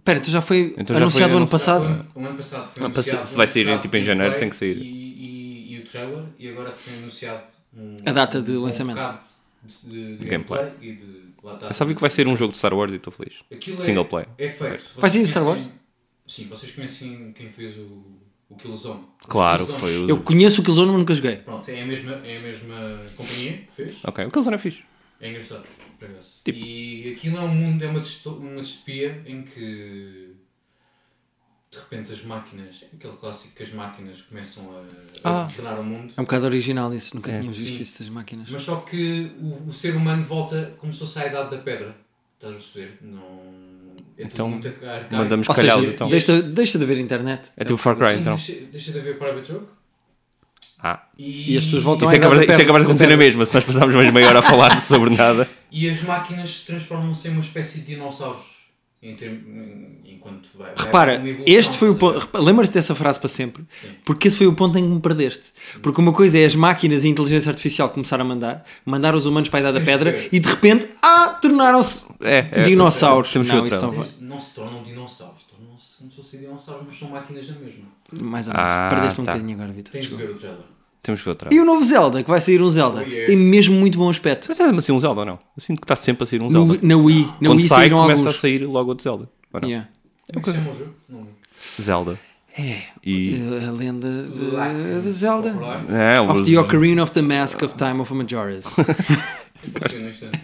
[SPEAKER 1] Espera, tu já foi
[SPEAKER 2] Então já
[SPEAKER 1] anunciado
[SPEAKER 2] foi
[SPEAKER 1] ano
[SPEAKER 2] anunci-
[SPEAKER 1] passado?
[SPEAKER 3] O ano- O ano passado foi
[SPEAKER 2] Ah, passa-
[SPEAKER 3] anunciado.
[SPEAKER 2] se vai sair,
[SPEAKER 3] anunciado
[SPEAKER 2] tipo, em janeiro,
[SPEAKER 3] gameplay
[SPEAKER 2] tem que sair.
[SPEAKER 3] E, e- e o trailer, e agora foi anunciado um-
[SPEAKER 1] A data de lançamento.
[SPEAKER 3] Um bocado de, de- de
[SPEAKER 2] Gameplay.
[SPEAKER 3] gameplay. e de lá está.
[SPEAKER 2] Eu só vi que vai ser um jogo de Star Wars e estou feliz.
[SPEAKER 3] Aquilo
[SPEAKER 2] single
[SPEAKER 3] é,
[SPEAKER 2] player.
[SPEAKER 3] É feito.
[SPEAKER 1] Vai sair
[SPEAKER 3] Vocês
[SPEAKER 1] Star Wars?
[SPEAKER 3] conhecem- Sim, vocês conhecem quem fez o, o Killzone. O
[SPEAKER 2] Claro,
[SPEAKER 3] Killzone.
[SPEAKER 2] foi o.
[SPEAKER 1] Eu conheço o Killzone, mas nunca joguei.
[SPEAKER 3] Pronto, é a, mesma, é a mesma companhia que fez.
[SPEAKER 2] Ok, o Killzone é fixe.
[SPEAKER 3] É engraçado. por acaso.
[SPEAKER 2] Tipo-
[SPEAKER 3] E aquilo é um mundo, é uma, disto- uma distopia em que de repente as máquinas, aquele clássico que as máquinas começam a, a governar o mundo,
[SPEAKER 1] É um bocado original isso, nunca
[SPEAKER 2] É.
[SPEAKER 1] tínhamos visto
[SPEAKER 3] Sim.
[SPEAKER 1] isso das máquinas.
[SPEAKER 3] mas só que o, o ser humano volta como se fosse à idade da pedra. Estás a perceber? Não. É
[SPEAKER 2] Então,
[SPEAKER 3] tudo muito arcaico.
[SPEAKER 2] Mandamos
[SPEAKER 1] Ou seja,
[SPEAKER 2] calhado então.
[SPEAKER 1] deixa, deixa de haver internet.
[SPEAKER 2] É do Far Cry
[SPEAKER 3] Sim,
[SPEAKER 2] então.
[SPEAKER 3] Deixa, deixa de haver private joke.
[SPEAKER 2] Ah.
[SPEAKER 3] E,
[SPEAKER 1] E as pessoas voltam
[SPEAKER 2] Isso é
[SPEAKER 1] à idade
[SPEAKER 2] capaz
[SPEAKER 1] da
[SPEAKER 2] isso é
[SPEAKER 1] pedra.
[SPEAKER 2] capaz de acontecer na mesma, se nós passarmos mais meia hora a falar sobre nada.
[SPEAKER 3] e as máquinas transformam-se em uma espécie de dinossauros. Em term- enquanto vai, vai
[SPEAKER 1] Repara,
[SPEAKER 3] havendo uma evolução,
[SPEAKER 1] este foi o
[SPEAKER 3] estás a ver?
[SPEAKER 1] ponto. repa- Lembra-te dessa frase para sempre?
[SPEAKER 3] Sim.
[SPEAKER 1] Porque esse foi o ponto em que me perdeste. Porque uma coisa é as máquinas e a inteligência artificial começar a mandar, mandar os humanos para a idade da
[SPEAKER 3] Tens de
[SPEAKER 1] pedra
[SPEAKER 3] ver.
[SPEAKER 1] e de repente, ah, tornaram-se
[SPEAKER 2] É, é.
[SPEAKER 1] dinossauros.
[SPEAKER 2] Temos que ver
[SPEAKER 1] não,
[SPEAKER 2] o
[SPEAKER 1] isso não
[SPEAKER 2] trailer.
[SPEAKER 1] vai.
[SPEAKER 3] Eles não se tornam dinossauros, tornam-se como se fossem dinossauros, mas são máquinas da mesma.
[SPEAKER 1] Mais ou menos.
[SPEAKER 2] Ah,
[SPEAKER 1] perdeste um
[SPEAKER 2] tá.
[SPEAKER 1] bocadinho agora, Vitor.
[SPEAKER 3] Tens de ver o trailer.
[SPEAKER 2] Temos que ver outra.
[SPEAKER 1] E o novo Zelda, que vai sair um Zelda.
[SPEAKER 3] Oh, yeah.
[SPEAKER 1] Tem mesmo muito bom aspecto.
[SPEAKER 2] Mas está mesmo assim um Zelda ou não? Eu sinto que está sempre a sair um
[SPEAKER 1] No-
[SPEAKER 2] Zelda.
[SPEAKER 1] na Wii, na
[SPEAKER 2] Quando
[SPEAKER 1] Wii
[SPEAKER 2] sai,
[SPEAKER 1] saíram
[SPEAKER 2] começa
[SPEAKER 1] alguns.
[SPEAKER 2] a sair logo outro Zelda. ou não?
[SPEAKER 1] Yeah.
[SPEAKER 3] Como é que se chama o jogo? Não.
[SPEAKER 2] Zelda.
[SPEAKER 1] É,
[SPEAKER 2] E.
[SPEAKER 1] a lembro. lenda de, de Zelda.
[SPEAKER 3] Right.
[SPEAKER 2] É, o-
[SPEAKER 1] Of the Ocarina of the Mask of Time of Majora's.
[SPEAKER 3] Sim, no instante.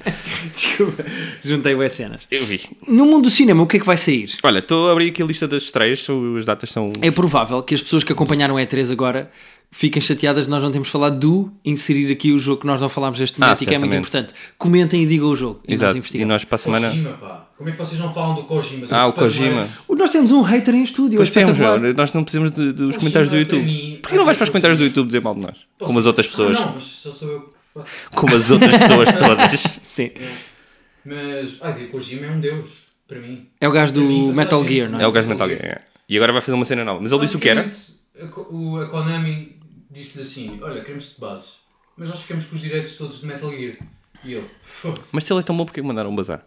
[SPEAKER 1] Desculpa, juntei boas cenas.
[SPEAKER 2] Eu vi.
[SPEAKER 1] No mundo do cinema, o que é que vai sair?
[SPEAKER 2] Olha, estou a abrir aqui a lista das estreias, são- as datas são.
[SPEAKER 1] É provável que as pessoas que acompanharam a E3 agora fiquem chateadas de nós não termos falado do inserir aqui o jogo que nós não falámos deste momento e que é muito
[SPEAKER 2] Ah, certamente.
[SPEAKER 1] importante. Comentem e digam o jogo e nós
[SPEAKER 2] Exato. E
[SPEAKER 1] investigamos.
[SPEAKER 2] nós para a semana.
[SPEAKER 3] Kojima, pá. Como é que vocês não falam do Kojima? São
[SPEAKER 2] Ah, o
[SPEAKER 3] super
[SPEAKER 2] Kojima.
[SPEAKER 3] nerds.
[SPEAKER 1] Nós... temos um hater em estúdio,
[SPEAKER 2] Pois temos, é,
[SPEAKER 1] espetacular.
[SPEAKER 2] não, nós não precisamos de- dos
[SPEAKER 3] Kojima,
[SPEAKER 2] comentários do
[SPEAKER 3] para
[SPEAKER 2] YouTube.
[SPEAKER 3] mim,
[SPEAKER 2] Porquê não vais para os
[SPEAKER 3] há
[SPEAKER 2] comentários do
[SPEAKER 3] pessoas-
[SPEAKER 2] YouTube dizer mal de nós?
[SPEAKER 3] Posso-
[SPEAKER 2] Como as outras pessoas.
[SPEAKER 3] Ah, não, mas só sou eu que faço.
[SPEAKER 2] Como as outras pessoas todas. Sim.
[SPEAKER 3] Mas, ai, o Kojima é um deus, para mim.
[SPEAKER 1] É o gajo do
[SPEAKER 3] Eu vim passar
[SPEAKER 1] Metal
[SPEAKER 3] gente.
[SPEAKER 1] Gear, não é?
[SPEAKER 2] É o gajo mental. é. E agora vai fazer uma cena nova. Mas ele disse o que era.
[SPEAKER 3] Basicamente, A, Ko- o- a Konami disse-lhe assim: Olha, queremos-te de bases, mas nós ficamos com os direitos todos de Metal Gear. E ele, foda-se.
[SPEAKER 2] Mas se ele é tão bom, porquê que mandaram um bazar?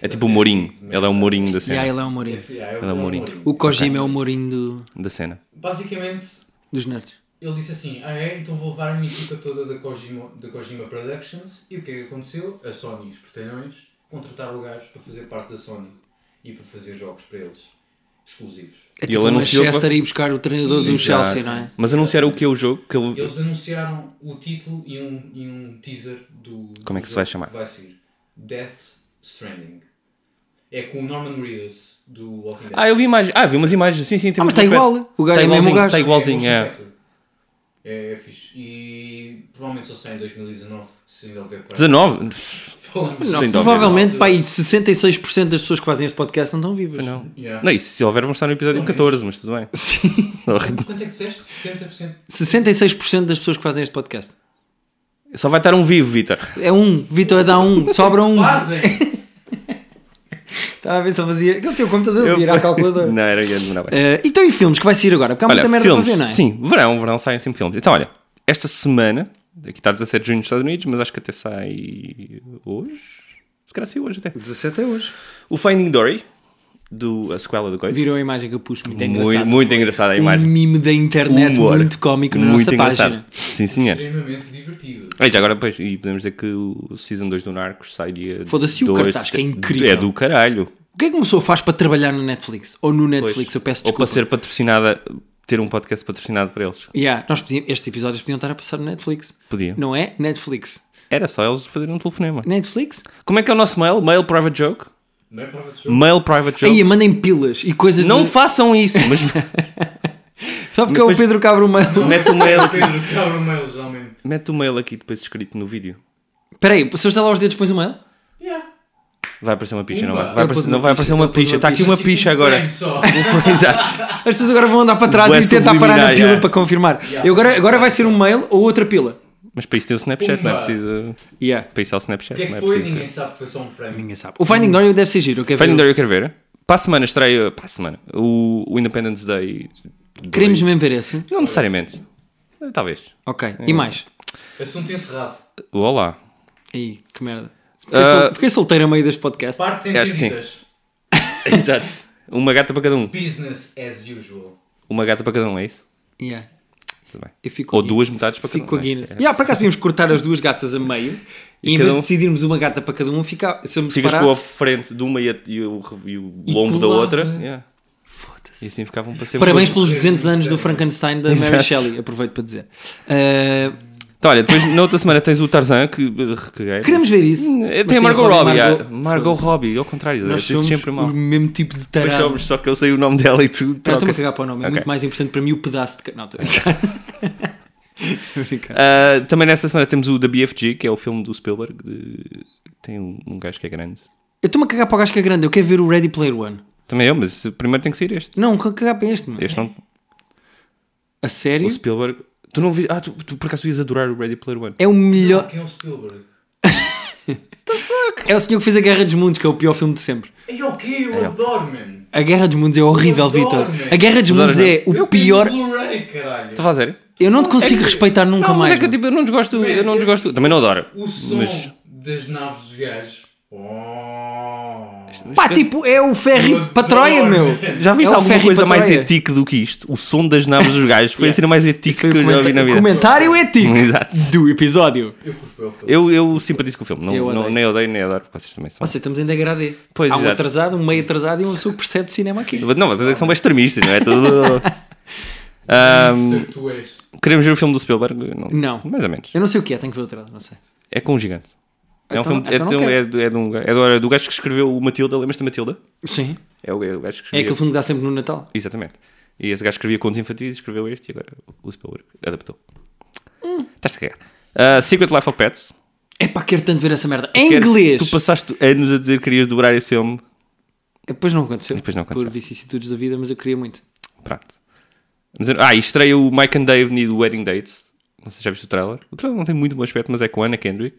[SPEAKER 2] É tipo o Mourinho. Ele é o Mourinho da
[SPEAKER 1] E aí
[SPEAKER 2] cena.
[SPEAKER 1] ele é o Mourinho.
[SPEAKER 3] Yeah,
[SPEAKER 2] Ele é
[SPEAKER 3] eu-
[SPEAKER 2] Mourinho.
[SPEAKER 3] eu-
[SPEAKER 1] O Kojima é o Mourinho do-
[SPEAKER 2] Da cena.
[SPEAKER 3] é. Basicamente,
[SPEAKER 1] dos nerds.
[SPEAKER 3] ele disse assim: Ah, é? Então vou levar a minha equipa toda da Kojima, da Kojima Productions. E o que é que aconteceu? A Sony e os portanhões contrataram o gajo para fazer parte da Sony e para fazer jogos para eles, exclusivos.
[SPEAKER 1] É
[SPEAKER 2] E
[SPEAKER 1] tipo
[SPEAKER 2] ele
[SPEAKER 1] o
[SPEAKER 2] anunciou que-
[SPEAKER 1] Manchester ir buscar o treinador do
[SPEAKER 2] Exato.
[SPEAKER 1] Chelsea, não é?
[SPEAKER 2] Mas anunciaram o que é o jogo. Que ele...
[SPEAKER 3] Eles anunciaram o título e um, e um teaser do.
[SPEAKER 2] Como é que
[SPEAKER 3] do
[SPEAKER 2] se vai
[SPEAKER 3] jogo
[SPEAKER 2] chamar?
[SPEAKER 3] que Vai ser Death Stranding. É com o Norman Reedus do Walking Dead. É
[SPEAKER 2] Ah, eu vi imagens. Ah, vi umas imagens. Sim, sim. tem
[SPEAKER 1] Ah, mas
[SPEAKER 2] muito
[SPEAKER 1] está
[SPEAKER 2] aspecto.
[SPEAKER 1] igual. O gajo
[SPEAKER 2] Tá
[SPEAKER 1] é mesmo o
[SPEAKER 2] igualzinho,
[SPEAKER 1] gajo.
[SPEAKER 2] tá igualzinho.
[SPEAKER 3] motion
[SPEAKER 2] É.
[SPEAKER 3] capture. um É, é fixe. E provavelmente só sai em 2019, se ainda houver para.
[SPEAKER 2] 19?
[SPEAKER 3] Falamos
[SPEAKER 2] Não,
[SPEAKER 3] sobre
[SPEAKER 1] Provavelmente,
[SPEAKER 3] isso.
[SPEAKER 1] pá, aí 66% das pessoas que fazem este podcast não estão vivas.
[SPEAKER 2] Não.
[SPEAKER 3] Yeah.
[SPEAKER 2] Não, e se houver, vamos estar no episódio
[SPEAKER 3] Não,
[SPEAKER 2] 14, mas tudo bem.
[SPEAKER 1] Sim.
[SPEAKER 3] Quanto é que disseste? 60%?
[SPEAKER 1] 66% das pessoas que fazem este podcast.
[SPEAKER 2] Só vai estar um vivo, Vitor.
[SPEAKER 1] É um, Vitor dá um, sobra um.
[SPEAKER 3] Fazem!
[SPEAKER 1] Estava a ver se eu fazia. Aquele teu computador, eu... tirar a calculadora.
[SPEAKER 2] Não, era ia demorar bem.
[SPEAKER 1] Eh, então, e filmes que vai sair agora? Porque há muita
[SPEAKER 2] Olha,
[SPEAKER 1] merda
[SPEAKER 2] filmes.
[SPEAKER 1] para ver, não é?
[SPEAKER 2] Sim, verão, verão saem sempre filmes. Então, olha, esta semana, aqui está 17 de junho nos Estados Unidos, mas acho que até sai hoje. Se calhar saiu hoje até.
[SPEAKER 1] 17 é hoje.
[SPEAKER 2] O Finding Dory, do, a sequela do coisa.
[SPEAKER 1] Viram a imagem que eu pus? Muito É engraçado.
[SPEAKER 2] muito, muito engraçada a
[SPEAKER 1] Um
[SPEAKER 2] imagem.
[SPEAKER 1] mime da internet
[SPEAKER 2] Humor.
[SPEAKER 1] muito cómico na nossa página.
[SPEAKER 2] Sim, senhor.
[SPEAKER 3] Extremamente divertido.
[SPEAKER 2] Olha, já agora, pois, e podemos dizer que o Season 2 do Narcos sai dia.
[SPEAKER 1] Foda-se o
[SPEAKER 2] dois,
[SPEAKER 1] cartaz, que é
[SPEAKER 2] tre-
[SPEAKER 1] incrível.
[SPEAKER 2] É do caralho.
[SPEAKER 1] O que é que uma pessoa faz para trabalhar na Netflix? Ou no
[SPEAKER 2] Pois.
[SPEAKER 1] Netflix, eu peço
[SPEAKER 2] Ou para
[SPEAKER 1] desculpa.
[SPEAKER 2] ser patrocinada, ter um podcast patrocinado por eles.
[SPEAKER 1] Yeah, nós podíamos- estes episódios podiam estar a passar no Netflix.
[SPEAKER 2] Podiam.
[SPEAKER 1] Não é? Netflix.
[SPEAKER 2] Era só eles fazerem um telefonema.
[SPEAKER 1] Netflix?
[SPEAKER 2] Como é que é o nosso mail? Mail private joke?
[SPEAKER 3] Não é prova de jogo.
[SPEAKER 2] Mail private joke.
[SPEAKER 1] Aí, mandem pilas e coisas.
[SPEAKER 2] Não
[SPEAKER 1] de...
[SPEAKER 2] façam isso, mas
[SPEAKER 1] Só porque é o
[SPEAKER 2] Depois-
[SPEAKER 1] Pedro Cabro Mano.
[SPEAKER 2] mete o mail.
[SPEAKER 3] Pedro, cabra mail, geralmente.
[SPEAKER 2] Mete o mail aqui depois escrito no vídeo.
[SPEAKER 1] Espera aí, se eu estalar os dedos, pões o mail?
[SPEAKER 3] Yeah.
[SPEAKER 2] Vai aparecer uma picha, não
[SPEAKER 3] Uma.
[SPEAKER 2] vai? Vai
[SPEAKER 1] Ele pôs
[SPEAKER 2] aparecer,
[SPEAKER 1] uma
[SPEAKER 2] não vai
[SPEAKER 1] picha,
[SPEAKER 2] aparecer uma
[SPEAKER 1] ele pôs
[SPEAKER 2] picha.
[SPEAKER 1] uma
[SPEAKER 2] Está aqui
[SPEAKER 1] picha.
[SPEAKER 2] uma
[SPEAKER 3] Tipo,
[SPEAKER 2] picha
[SPEAKER 3] um
[SPEAKER 2] agora. é
[SPEAKER 3] frame só.
[SPEAKER 2] Exato.
[SPEAKER 1] As pessoas agora vão andar para trás
[SPEAKER 2] Bué é.
[SPEAKER 1] e tentar parar na
[SPEAKER 2] subliminar,
[SPEAKER 1] pila
[SPEAKER 2] yeah.
[SPEAKER 1] para confirmar.
[SPEAKER 3] Yeah.
[SPEAKER 1] E agora, agora vai ser um mail ou outra pila.
[SPEAKER 2] Mas para isso tem o Snapchat, não é
[SPEAKER 3] Uma.
[SPEAKER 2] preciso.
[SPEAKER 1] Yeah.
[SPEAKER 2] Para isso há o
[SPEAKER 3] O
[SPEAKER 2] Snapchat.
[SPEAKER 3] que é
[SPEAKER 2] não
[SPEAKER 3] que
[SPEAKER 2] é
[SPEAKER 3] foi?
[SPEAKER 2] preciso-
[SPEAKER 3] Ninguém sabe que foi só um frame.
[SPEAKER 1] Ninguém sabe. O Finding Dory deve ser giro. eu quero ver
[SPEAKER 2] Finding
[SPEAKER 1] o-
[SPEAKER 2] Dory eu quero ver. Para a semana estreia. Para a semana. O, o Independence Day. dois.
[SPEAKER 1] Queremos mesmo ver esse.
[SPEAKER 2] Não necessariamente. Talvez.
[SPEAKER 1] Ok. E mais?
[SPEAKER 3] Assunto encerrado.
[SPEAKER 2] O Olá.
[SPEAKER 1] Aí, que merda. Fiquei,
[SPEAKER 2] Ah.
[SPEAKER 1] sol- fiquei solteiro a meio deste podcast.
[SPEAKER 3] Partes
[SPEAKER 2] Acho que sim.
[SPEAKER 3] entendidas.
[SPEAKER 2] Exato. Uma gata para cada um.
[SPEAKER 3] Business as usual.
[SPEAKER 2] Uma gata para cada um, é isso?
[SPEAKER 1] Yeah.
[SPEAKER 2] Tudo bem.
[SPEAKER 1] Eu fico
[SPEAKER 2] Ou
[SPEAKER 1] aqui.
[SPEAKER 2] duas metades para cada
[SPEAKER 1] Fico com a
[SPEAKER 2] um. não é?
[SPEAKER 1] Guinness. Yeah, por acaso podíamos cortar as duas gatas a meio e, em
[SPEAKER 2] cada
[SPEAKER 1] vez de
[SPEAKER 2] um-
[SPEAKER 1] decidirmos uma gata para cada um, fica... se eu me
[SPEAKER 2] Ficas
[SPEAKER 1] separasse...
[SPEAKER 2] com a frente de uma e, a- e o, e o lombo da
[SPEAKER 1] colava.
[SPEAKER 2] outra. Yeah. E assim ficavam para sempre.
[SPEAKER 1] Parabéns
[SPEAKER 2] dois.
[SPEAKER 1] pelos 200 anos do Frankenstein da Mary
[SPEAKER 2] Exato.
[SPEAKER 1] Shelley, aproveito para dizer. Ah,
[SPEAKER 2] Então, olha, depois na outra semana tens o Tarzan que recaguei.
[SPEAKER 1] queremos ver isso.
[SPEAKER 2] É,
[SPEAKER 1] Mas
[SPEAKER 2] Tem a Margot
[SPEAKER 1] Robbie,
[SPEAKER 2] Robbie. Margot,
[SPEAKER 1] Margot-
[SPEAKER 2] Margot Robbie, ao contrário, eu
[SPEAKER 1] Nós
[SPEAKER 2] disse
[SPEAKER 1] somos
[SPEAKER 2] sempre mal.
[SPEAKER 1] o mesmo tipo de
[SPEAKER 2] Pois
[SPEAKER 1] tarado.
[SPEAKER 2] somos, só que eu sei o nome dela e tudo.
[SPEAKER 1] Não, estou-me a cagar para o nome, é
[SPEAKER 2] Ok.
[SPEAKER 1] muito mais importante para mim o pedaço de... ca- Não, estou a brincar. Estou a brincar.
[SPEAKER 2] Ah, também nessa semana temos o da BFG, que é o filme do Spielberg. de- Tem um, um gajo que é grande.
[SPEAKER 1] Eu estou-me a cagar para o gajo que é grande, eu quero ver o Ready Player One.
[SPEAKER 2] Também eu, mas primeiro tem que sair este.
[SPEAKER 1] Não, c- cagar para este, mano.
[SPEAKER 2] Este não.
[SPEAKER 1] A sério?
[SPEAKER 2] O Spielberg. Tu não vi. Ah, tu, tu por acaso ias adorar o Ready Player One.
[SPEAKER 1] É o melhor...
[SPEAKER 3] Quem é o Spielberg?
[SPEAKER 1] É o senhor que fez a Guerra dos Mundos, que é o pior filme de sempre.
[SPEAKER 3] Ei, ok, eu adoro, man.
[SPEAKER 1] A Guerra dos Mundos é horrível,
[SPEAKER 3] Eu adoro,
[SPEAKER 1] Vitor.
[SPEAKER 3] man.
[SPEAKER 1] A Guerra dos
[SPEAKER 2] Adoro,
[SPEAKER 1] Mundos é o
[SPEAKER 3] Eu
[SPEAKER 1] pior.
[SPEAKER 3] quero Blu-ray, caralho.
[SPEAKER 2] Estás a fazer?
[SPEAKER 1] Eu não te consigo respeitar nunca
[SPEAKER 2] não,
[SPEAKER 1] mais.
[SPEAKER 2] Mas é que eu, tipo, eu não desgosto. Eu não desgosto. Também não adoro.
[SPEAKER 3] O som
[SPEAKER 2] Mas, é
[SPEAKER 3] das naves dos gajos. Oh.
[SPEAKER 1] mano. Pá, tipo, é o ferry
[SPEAKER 3] Eu
[SPEAKER 1] para Troia,
[SPEAKER 3] adoro,
[SPEAKER 1] meu.
[SPEAKER 3] man.
[SPEAKER 2] Já
[SPEAKER 1] É
[SPEAKER 2] viste
[SPEAKER 1] o
[SPEAKER 2] alguma
[SPEAKER 1] ferry
[SPEAKER 2] coisa
[SPEAKER 1] para
[SPEAKER 2] mais
[SPEAKER 1] Troia.
[SPEAKER 2] etique do que isto? O som das naves dos gajos foi a cena mais etique que
[SPEAKER 1] Foi o
[SPEAKER 2] eu já
[SPEAKER 1] comenta-
[SPEAKER 2] vi na vida.
[SPEAKER 1] comentário ético
[SPEAKER 2] Exato.
[SPEAKER 1] do episódio.
[SPEAKER 3] Eu cuspo o filme.
[SPEAKER 2] Eu, eu simpatizo com o filme. Não,
[SPEAKER 1] Eu
[SPEAKER 2] não-
[SPEAKER 1] odeio.
[SPEAKER 2] nem odeio, nem adoro. porque Vocês também são.
[SPEAKER 1] Ou seja, estamos em degradê.
[SPEAKER 2] Pois,
[SPEAKER 1] Há um
[SPEAKER 2] exato.
[SPEAKER 1] atrasado, um meio atrasado e uma pessoa que percebe de cinema aqui.
[SPEAKER 2] Não, vocês é que são bem extremistas, não é? Tudo...
[SPEAKER 3] Não
[SPEAKER 2] Ahm,
[SPEAKER 3] sei que tu és.
[SPEAKER 2] queremos ver o filme do Spielberg? Não.
[SPEAKER 1] Não.
[SPEAKER 2] Mais ou menos.
[SPEAKER 1] Eu não sei o que é, tenho que ver o atrasado, não sei.
[SPEAKER 2] É com um gigante. É, um
[SPEAKER 1] Então-
[SPEAKER 2] filme, é,
[SPEAKER 1] então não
[SPEAKER 2] de um-
[SPEAKER 1] quero.
[SPEAKER 2] é de- é de um- é do, é do gajo que escreveu o Matilda. Lembras-te da Matilda?
[SPEAKER 1] Sim.
[SPEAKER 2] É o, é o gajo que
[SPEAKER 1] É
[SPEAKER 2] escreveu.
[SPEAKER 1] aquele filme que dá sempre no Natal.
[SPEAKER 2] Exatamente. E esse gajo escrevia contos infantis, escreveu este e agora o Spielberg adaptou.
[SPEAKER 1] Hum.
[SPEAKER 2] Estás-te a cagar. Ah, Secret Life of Pets.
[SPEAKER 1] É pá, quero tanto ver essa merda. Em
[SPEAKER 2] Quero-
[SPEAKER 1] É inglês.
[SPEAKER 2] Tu passaste anos a dizer que querias dobrar esse filme.
[SPEAKER 1] Depois não aconteceu.
[SPEAKER 2] Depois não aconteceu.
[SPEAKER 1] Por vicissitudes da vida, mas eu queria muito.
[SPEAKER 2] Pronto. Mas eu- Ah, e estreia o Mike and Dave Need Wedding Dates. Não sei se já viste o trailer. O trailer não tem muito bom aspecto, mas é com a Anna Kendrick.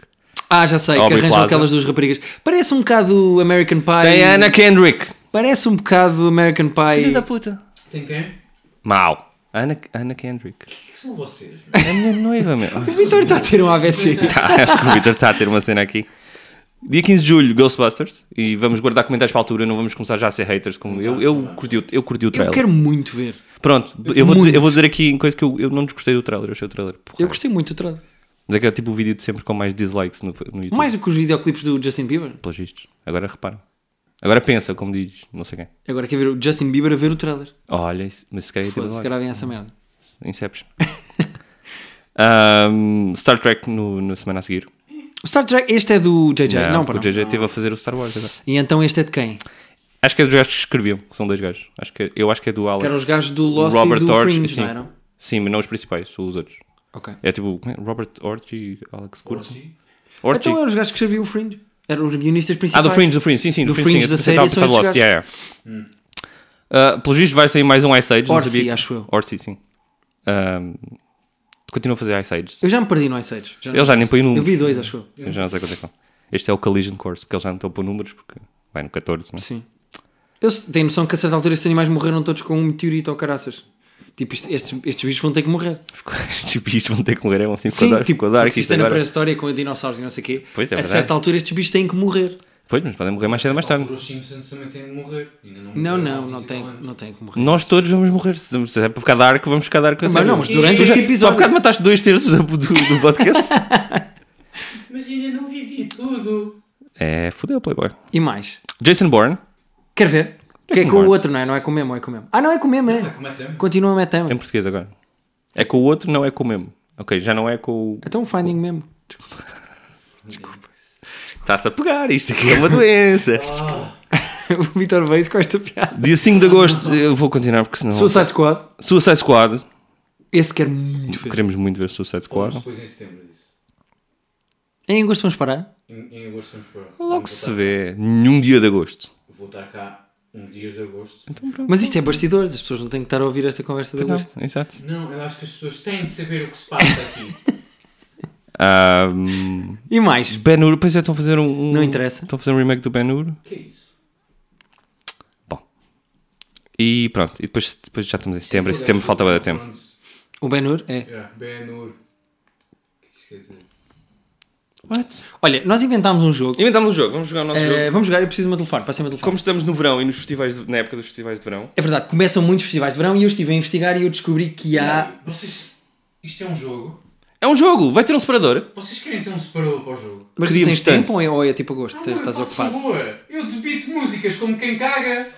[SPEAKER 1] Ah, já sei, que
[SPEAKER 2] Aubrey
[SPEAKER 1] arranjam
[SPEAKER 2] Plaza.
[SPEAKER 1] aquelas duas raparigas. Parece um bocado American Pie.
[SPEAKER 2] Tem a Anna Kendrick.
[SPEAKER 1] Parece um bocado American Pie.
[SPEAKER 2] puta.
[SPEAKER 3] Tem quem?
[SPEAKER 2] Mau. Ana, Anna Kendrick.
[SPEAKER 3] Quem são vocês, man?
[SPEAKER 2] É a minha noiva, meu. Ai,
[SPEAKER 1] O Vitor está a ter um AVC.
[SPEAKER 2] tá, acho que o Vitor está a ter uma cena aqui. Dia 15 de julho, Ghostbusters. E vamos guardar comentários para a altura. Não vamos começar já a ser haters. Como eu, eu, curti, o- eu curti o
[SPEAKER 1] Eu
[SPEAKER 2] trailer.
[SPEAKER 1] quero muito ver.
[SPEAKER 2] Pronto, eu vou, dizer,
[SPEAKER 1] Muito.
[SPEAKER 2] eu vou dizer aqui em coisa que eu, eu não desgostei do trailer. Eu achei o trailer. Porra.
[SPEAKER 1] Eu gostei muito do trailer.
[SPEAKER 2] Mas é que é tipo o vídeo de sempre com mais dislikes no, no YouTube.
[SPEAKER 1] Mais do que os videoclipes do Justin Bieber.
[SPEAKER 2] pelos vistos. Agora repara. Agora pensa, como diz, não sei quem.
[SPEAKER 1] Agora quer ver o Justin Bieber a ver o trailer.
[SPEAKER 2] Olha, isso- mas se calhar é tipo
[SPEAKER 1] Foda-se, gravem essa merda.
[SPEAKER 2] Inception. Ahm, Star Trek no, na semana a seguir.
[SPEAKER 1] O Star Trek, este é do JJ. Não,
[SPEAKER 2] o
[SPEAKER 1] para
[SPEAKER 2] JJ esteve a fazer o Star Wars. agora.
[SPEAKER 1] E então este é de quem?
[SPEAKER 2] Acho que é dos gajos que escreviam, que são dois gajos. Acho que, eu acho que é do Alex.
[SPEAKER 1] Que eram os gajos do Lost e do Fringe,
[SPEAKER 2] sim.
[SPEAKER 1] não eram?
[SPEAKER 2] Sim, mas não os principais, são os outros.
[SPEAKER 1] Ok.
[SPEAKER 2] É tipo como é? Robert Orgy, Alex Curtis.
[SPEAKER 3] Orgy?
[SPEAKER 2] Orgy.
[SPEAKER 1] Então eram os gajos que escreviam o Fringe. Eram os guionistas
[SPEAKER 2] Ah,
[SPEAKER 1] principais.
[SPEAKER 2] do Fringe, do Fringe, sim, sim.
[SPEAKER 1] Do Fringe
[SPEAKER 2] sim.
[SPEAKER 1] da
[SPEAKER 2] Eu estava
[SPEAKER 1] série
[SPEAKER 2] a pensar
[SPEAKER 1] são
[SPEAKER 2] Lost,
[SPEAKER 1] esses
[SPEAKER 2] yeah, yeah. Uh, pelos vistos vai sair mais um Ice Age, não
[SPEAKER 1] Orsi,
[SPEAKER 2] sabia.
[SPEAKER 1] acho eu.
[SPEAKER 2] Orsi, sim. Um, continua a fazer Ice Ages.
[SPEAKER 1] Eu já me perdi no Ice Age. não-
[SPEAKER 2] Eles já nem um. põem números.
[SPEAKER 1] Eu vi dois, acho eu.
[SPEAKER 2] Eu já não sei quanto é que é. Este é o Collision Course, porque eles já não estão a pôr números, porque vai no 14, não é?
[SPEAKER 1] Sim. Eu s- tenho noção que a certa altura estes animais morreram todos com um meteorito ou caraças. Tipo, est- estes, estes bichos vão ter que morrer.
[SPEAKER 2] tipo, isto vão ter que morrer, é um 5
[SPEAKER 1] Sim,
[SPEAKER 2] quadrar,
[SPEAKER 1] tipo,
[SPEAKER 2] quadrar,
[SPEAKER 1] porque
[SPEAKER 2] que
[SPEAKER 1] isto
[SPEAKER 2] isto
[SPEAKER 1] é na
[SPEAKER 2] agora...
[SPEAKER 1] pré-história com dinossauros e não sei o quê.
[SPEAKER 2] Pois
[SPEAKER 1] a
[SPEAKER 2] é, verdade.
[SPEAKER 1] certa altura estes bichos têm que morrer.
[SPEAKER 2] Pois, mas podem morrer mais cedo ou mais
[SPEAKER 3] Nesta
[SPEAKER 2] tarde.
[SPEAKER 3] altura, Os Simpsons também têm de morrer. Ainda não,
[SPEAKER 1] Não,
[SPEAKER 3] morreram há
[SPEAKER 1] não, não
[SPEAKER 3] 20 e
[SPEAKER 1] tem,
[SPEAKER 3] tal anos.
[SPEAKER 1] não tem que morrer.
[SPEAKER 2] Nós todos vamos morrer. Se se é para ficar dark, vamos ficar dark a
[SPEAKER 1] Mas
[SPEAKER 2] sério.
[SPEAKER 1] não, mas durante
[SPEAKER 2] Tu
[SPEAKER 1] este
[SPEAKER 2] já- Só
[SPEAKER 1] episódio-
[SPEAKER 2] um bocado mataste dois terços do, do, do podcast.
[SPEAKER 3] Mas ainda não vivi tudo.
[SPEAKER 2] é, fodeu, Playboy.
[SPEAKER 1] E mais?
[SPEAKER 2] Jason Bourne,
[SPEAKER 1] Quer ver? Que é
[SPEAKER 2] Jason
[SPEAKER 1] com o
[SPEAKER 2] Bourne.
[SPEAKER 1] outro, não é? Não é com o mesmo, é com o mesmo. Ah, não, é com o mesmo,
[SPEAKER 3] Ah,
[SPEAKER 1] é.
[SPEAKER 3] como é que é?
[SPEAKER 1] Continua a metama.
[SPEAKER 2] em português agora. É com o outro, não é com o mesmo. Ok, já não é com o.
[SPEAKER 1] Então o Finding mesmo.
[SPEAKER 2] Está-se a pegar, isto aqui é uma doença.
[SPEAKER 1] o Vitor veio com esta piada.
[SPEAKER 2] Dia 5 de agosto, eu vou continuar porque senão.
[SPEAKER 1] Suicide Squad.
[SPEAKER 2] Suicide Squad.
[SPEAKER 1] Esse quero muito ver.
[SPEAKER 2] Queremos muito ver Suicide Squad.
[SPEAKER 3] Depois em setembro disso.
[SPEAKER 1] Em agosto vamos parar?
[SPEAKER 3] Em, em agosto vamos para.
[SPEAKER 2] Logo
[SPEAKER 3] vamos
[SPEAKER 2] se
[SPEAKER 3] voltar-
[SPEAKER 2] vê, nenhum dia de agosto.
[SPEAKER 3] Vou estar cá uns dias de agosto.
[SPEAKER 2] Então-
[SPEAKER 1] Mas isto é bastidores, as pessoas não têm que estar a ouvir esta conversa de
[SPEAKER 2] Não,
[SPEAKER 1] agosto.
[SPEAKER 2] exato.
[SPEAKER 3] Não, eu acho que as pessoas têm de saber o que se passa aqui.
[SPEAKER 2] Ahm,
[SPEAKER 1] E mais?
[SPEAKER 2] ben Hur, pois é, estão a fazer um. um-
[SPEAKER 1] Não interessa.
[SPEAKER 2] Estão a fazer um remake do Ben Hur.
[SPEAKER 3] que é isso?
[SPEAKER 2] E pronto, e depois, depois já estamos em setembro. Em setembro falta bem tempo.
[SPEAKER 1] O Ben-Hur é.
[SPEAKER 3] Yeah, Ben-Hur. O que isso quer dizer?
[SPEAKER 1] Olha, nós inventámos um jogo.
[SPEAKER 2] Inventamos um jogo, vamos jogar o nosso
[SPEAKER 1] Eh,
[SPEAKER 2] jogo.
[SPEAKER 1] vamos jogar, eu preciso de meu telefone, passa o meu telefone.
[SPEAKER 2] Como estamos no verão e nos festivais de- na época dos festivais de verão,
[SPEAKER 1] É verdade, começam muitos festivais de verão e eu estive a investigar e eu descobri que há.
[SPEAKER 3] Ah, Vocês- Isto é um jogo?
[SPEAKER 2] é um jogo, vai ter um separador.
[SPEAKER 3] Vocês querem ter um separador para o jogo?
[SPEAKER 1] Mas tu
[SPEAKER 2] Queríamos
[SPEAKER 1] tens
[SPEAKER 2] tanto.
[SPEAKER 1] tempo ou é, ou é tipo agosto?
[SPEAKER 3] Amor,
[SPEAKER 1] estás
[SPEAKER 3] faço
[SPEAKER 1] ocupado?
[SPEAKER 3] favor, Ah, Eu debito músicas como quem caga.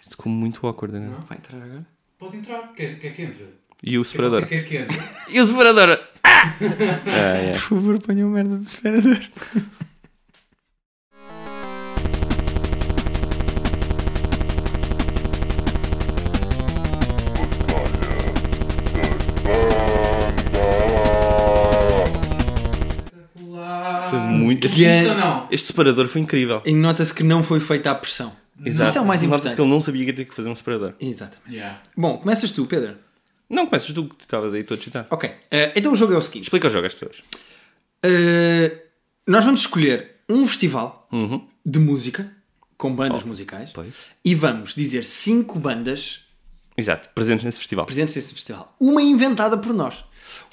[SPEAKER 2] Isto ficou muito awkward, né?
[SPEAKER 1] Vai entrar agora?
[SPEAKER 3] Pode entrar. Quer, quer que
[SPEAKER 2] E o
[SPEAKER 3] entre? Quer que você
[SPEAKER 2] separador.
[SPEAKER 3] quer que entre?
[SPEAKER 2] E o separador! Ah, é.
[SPEAKER 1] Por favor, ponha uma merda de separador.
[SPEAKER 2] Foi muito.
[SPEAKER 1] Que é-
[SPEAKER 3] Isso ou não?
[SPEAKER 2] Este separador foi incrível.
[SPEAKER 1] E nota-se que não foi feita à pressão. Isso é o mais
[SPEAKER 2] Nota-se
[SPEAKER 1] importante.
[SPEAKER 2] que ele não sabia que ia ter que fazer um separador.
[SPEAKER 1] Exatamente.
[SPEAKER 3] Yeah.
[SPEAKER 1] Bom, começas tu, Pedro.
[SPEAKER 2] Não começas tu que estavas aí todo excitado.
[SPEAKER 1] Ok. eh, então o jogo é o seguinte:
[SPEAKER 2] Explica o jogo às pessoas.
[SPEAKER 1] Eh, nós vamos escolher um festival
[SPEAKER 2] Uhum. Oh,
[SPEAKER 1] de música com bandas musicais
[SPEAKER 2] pois.
[SPEAKER 1] e vamos dizer cinco bandas
[SPEAKER 2] Exato, presentes nesse festival.
[SPEAKER 1] presentes nesse festival. Uma inventada por nós.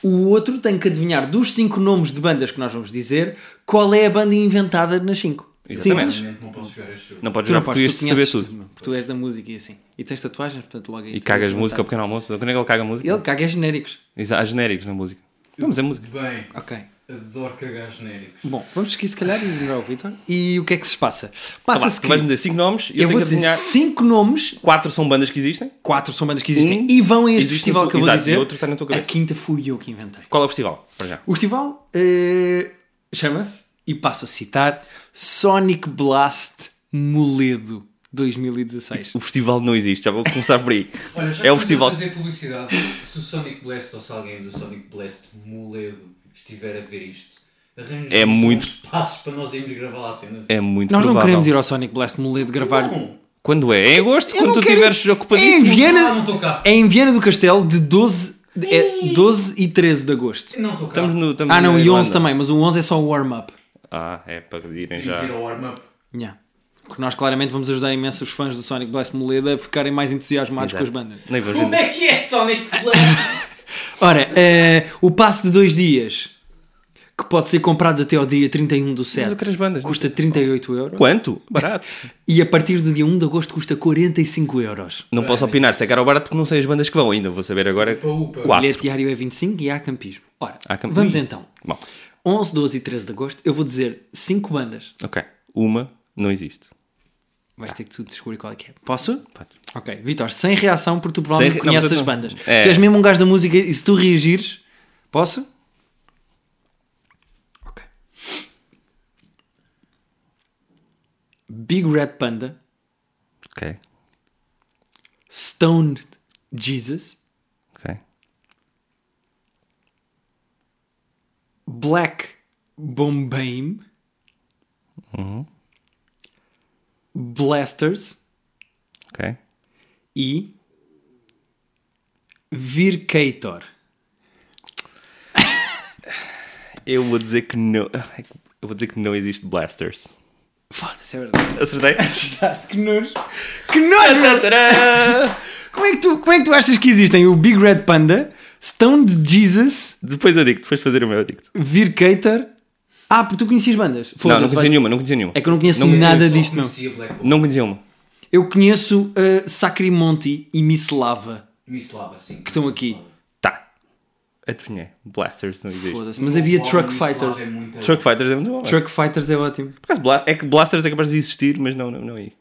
[SPEAKER 1] O outro tem que adivinhar dos cinco nomes de bandas que nós vamos dizer qual é a banda inventada nas cinco.
[SPEAKER 2] Exatamente.
[SPEAKER 1] Simples.
[SPEAKER 3] Não posso jogar este jogo.
[SPEAKER 2] Não podes
[SPEAKER 1] Tu
[SPEAKER 2] jogar
[SPEAKER 1] não
[SPEAKER 2] porque
[SPEAKER 1] podes,
[SPEAKER 2] tu
[SPEAKER 1] tu
[SPEAKER 2] ias saber
[SPEAKER 1] conheces
[SPEAKER 2] tudo.
[SPEAKER 1] tudo. meu, porque tu és da música e assim. E tens tatuagens, portanto logo aí.
[SPEAKER 2] E
[SPEAKER 1] tu
[SPEAKER 2] cagas
[SPEAKER 1] és
[SPEAKER 2] música
[SPEAKER 1] vontade.
[SPEAKER 2] ao pequeno almoço. Quando é que ele caga música?
[SPEAKER 1] Ele caga é genéricos.
[SPEAKER 2] Exato, há genéricos na música. Vamos a é música.
[SPEAKER 3] Bem,
[SPEAKER 1] Ok.
[SPEAKER 3] adoro cagar genéricos.
[SPEAKER 1] Bom, vamos seguir se calhar e ignorar o Vitor. E o que é que se passa?
[SPEAKER 2] Tá lá,
[SPEAKER 1] Passa-se
[SPEAKER 2] tu
[SPEAKER 1] que
[SPEAKER 2] vais me dizer 5 nomes e eu,
[SPEAKER 1] eu
[SPEAKER 2] tenho
[SPEAKER 1] vou
[SPEAKER 2] que
[SPEAKER 1] dizer
[SPEAKER 2] adivinhar.
[SPEAKER 1] cinco nomes
[SPEAKER 2] Quatro são bandas que existem.
[SPEAKER 1] quatro são bandas que existem
[SPEAKER 2] Um
[SPEAKER 1] e vão a este
[SPEAKER 2] existe
[SPEAKER 1] festival
[SPEAKER 2] no
[SPEAKER 1] que
[SPEAKER 2] tu-
[SPEAKER 1] eu vou
[SPEAKER 2] exato,
[SPEAKER 1] dizer.
[SPEAKER 2] e outro está na tua
[SPEAKER 1] a
[SPEAKER 2] cabeça.
[SPEAKER 1] quinta fui eu que inventei.
[SPEAKER 2] Qual é o festival? Para já.
[SPEAKER 1] O festival eh, chama-se, e passo a citar, Sonic Blast Moledo 2016.
[SPEAKER 2] O festival não existe, já vou começar por aí.
[SPEAKER 3] Olha, já
[SPEAKER 2] é
[SPEAKER 3] é
[SPEAKER 2] o festival.
[SPEAKER 3] fazer publicidade. Se o Sonic Blast ou se alguém do Sonic Blast Moledo estiver a ver isto, arranjamos
[SPEAKER 2] É
[SPEAKER 3] uns
[SPEAKER 2] muito-
[SPEAKER 3] passos para nós irmos gravar lá cenas.
[SPEAKER 2] É muito
[SPEAKER 1] Nós não
[SPEAKER 2] provável.
[SPEAKER 1] queremos ir ao Sonic Blast Moledo
[SPEAKER 2] É
[SPEAKER 1] gravar.
[SPEAKER 3] Bom,
[SPEAKER 2] Quando é? Em agosto,
[SPEAKER 1] Eu
[SPEAKER 2] quando
[SPEAKER 1] não
[SPEAKER 2] tu
[SPEAKER 1] quero
[SPEAKER 2] estiveres
[SPEAKER 1] ir- É em
[SPEAKER 2] ocupadíssimo.
[SPEAKER 3] Ah, não
[SPEAKER 1] Viena,
[SPEAKER 3] estou cá.
[SPEAKER 1] é em Viena do Castelo de 12, de- é 12 e 13 de agosto.
[SPEAKER 3] Não estou cá.
[SPEAKER 2] Estamos no, estamos
[SPEAKER 1] Ah, não,
[SPEAKER 2] na
[SPEAKER 1] e 11
[SPEAKER 2] Irlanda.
[SPEAKER 1] também, mas o 11 é só o warm-up.
[SPEAKER 2] Ah, é para irem
[SPEAKER 3] Podíamos
[SPEAKER 2] já.
[SPEAKER 3] ir ao warm-up.
[SPEAKER 1] Yeah. Porque nós claramente vamos ajudar imenso os fãs do Sonic Blast Moledo a ficarem mais entusiasmados
[SPEAKER 2] Exato.
[SPEAKER 1] com as bandas.
[SPEAKER 2] Nem vamos
[SPEAKER 3] Como é que é Sonic Blast?
[SPEAKER 1] Ora, eh, o passo de dois dias, que pode ser comprado até ao dia 31 do 7,
[SPEAKER 2] eu quero as bandas, não
[SPEAKER 1] custa 38 euros.
[SPEAKER 2] Quanto? Barato.
[SPEAKER 1] E a partir do dia 1 de agosto custa 45 euros.
[SPEAKER 2] Não posso opinar se é caro ou barato porque não sei as bandas que vão ainda. Vou saber agora.
[SPEAKER 3] Upa, upa.
[SPEAKER 1] O
[SPEAKER 2] Quatro.
[SPEAKER 1] bilhete diário é 25 e há campismo. Ora,
[SPEAKER 2] Há campismo.
[SPEAKER 1] vamos então.
[SPEAKER 2] Bom,
[SPEAKER 1] 11, 12 e 13 de agosto, eu vou dizer 5 bandas.
[SPEAKER 2] ok. Uma não existe.
[SPEAKER 1] Vais ter que tu descobrir qual é que é. Posso?
[SPEAKER 2] Pode.
[SPEAKER 1] Ok, Vitor, sem reação, porque tu provavelmente
[SPEAKER 2] Sem re- não,
[SPEAKER 1] conheces
[SPEAKER 2] mas eu
[SPEAKER 1] as
[SPEAKER 2] não-
[SPEAKER 1] bandas.
[SPEAKER 2] É.
[SPEAKER 1] Tu és mesmo um gajo da música e se tu reagires, posso? Ok. Big Red Panda,
[SPEAKER 2] Ok.
[SPEAKER 1] Stoned Jesus,
[SPEAKER 2] Ok.
[SPEAKER 1] Black Bombaim,
[SPEAKER 2] Uhum.
[SPEAKER 1] Blasters
[SPEAKER 2] Ok.
[SPEAKER 1] e Vircator.
[SPEAKER 2] Eu vou dizer que não. Eu vou dizer que não existe Blasters.
[SPEAKER 1] Foda-se, é verdade.
[SPEAKER 2] Acertei?
[SPEAKER 1] Que nojo. Que nojo! meu.
[SPEAKER 2] Tadã!
[SPEAKER 1] Como é, que tu, como é que tu achas que existem o Big Red Panda, Stoned Jesus,
[SPEAKER 2] depois eu digo, depois de fazer o meu eu digo.
[SPEAKER 1] Vircator Ah, porque tu conhecias bandas.
[SPEAKER 2] Não, não
[SPEAKER 1] Foda-se,
[SPEAKER 2] conhecia
[SPEAKER 1] vai-
[SPEAKER 2] nenhuma, não conhecia nenhuma.
[SPEAKER 1] É que eu não conheço
[SPEAKER 2] Não conhecia
[SPEAKER 1] nada
[SPEAKER 3] Só
[SPEAKER 1] disto, meu.
[SPEAKER 3] conhecia Black Bolt.
[SPEAKER 2] Não conhecia uma.
[SPEAKER 1] Eu conheço uh, Sacrimonti e Mislava.
[SPEAKER 3] Miss Lava, sim. Que
[SPEAKER 1] estão aqui.
[SPEAKER 2] Tá. Adivinhei. Blasters não existe.
[SPEAKER 1] Foda-se, mas havia Truck Fighters.
[SPEAKER 3] É muito
[SPEAKER 2] Truck Fighters é muito bom.
[SPEAKER 1] Truck Fighters é ótimo.
[SPEAKER 2] Por acaso, Bla- é que Blasters é capaz de existir, mas não, não, não é aí.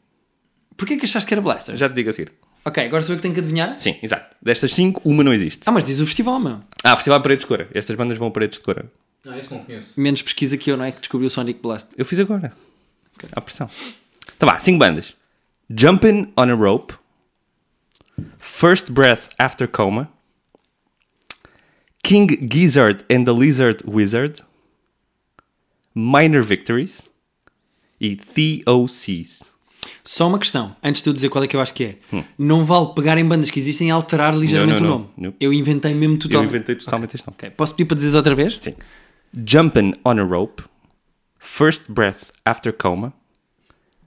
[SPEAKER 1] Porquê que achaste que era Blasters?
[SPEAKER 2] Já te digo a seguir.
[SPEAKER 1] Ok, agora sou eu que tenho que adivinhar?
[SPEAKER 2] Sim, exato. Destas 5, uma não existe.
[SPEAKER 1] Ah, mas diz o festival, meu.
[SPEAKER 2] Ah, Festival de Paredes de Cora. Estas bandas vão a Paredes de Cora.
[SPEAKER 3] Não, esse não conheço.
[SPEAKER 1] Menos pesquisa que eu, não é? Que descobri o Sonic Blast.
[SPEAKER 2] Eu fiz agora. À pressão. Tá vá, 5 bandas. Jumpin' on a Rope. First Breath After Coma. King Gizzard and the Lizard Wizard. Minor Victories. E TOCs.
[SPEAKER 1] Só uma questão, antes de eu dizer qual é que eu acho que é. Não vale pegar em bandas que existem e alterar ligeiramente
[SPEAKER 2] Hum. Não, não,
[SPEAKER 1] o nome.
[SPEAKER 2] não. Nope.
[SPEAKER 1] Eu inventei mesmo
[SPEAKER 2] Eu
[SPEAKER 1] totalmente.
[SPEAKER 2] inventei totalmente este nome.
[SPEAKER 1] Ok, Posso pedir para dizeres outra vez?
[SPEAKER 2] Sim. Jumpin' on a Rope. First Breath After Coma.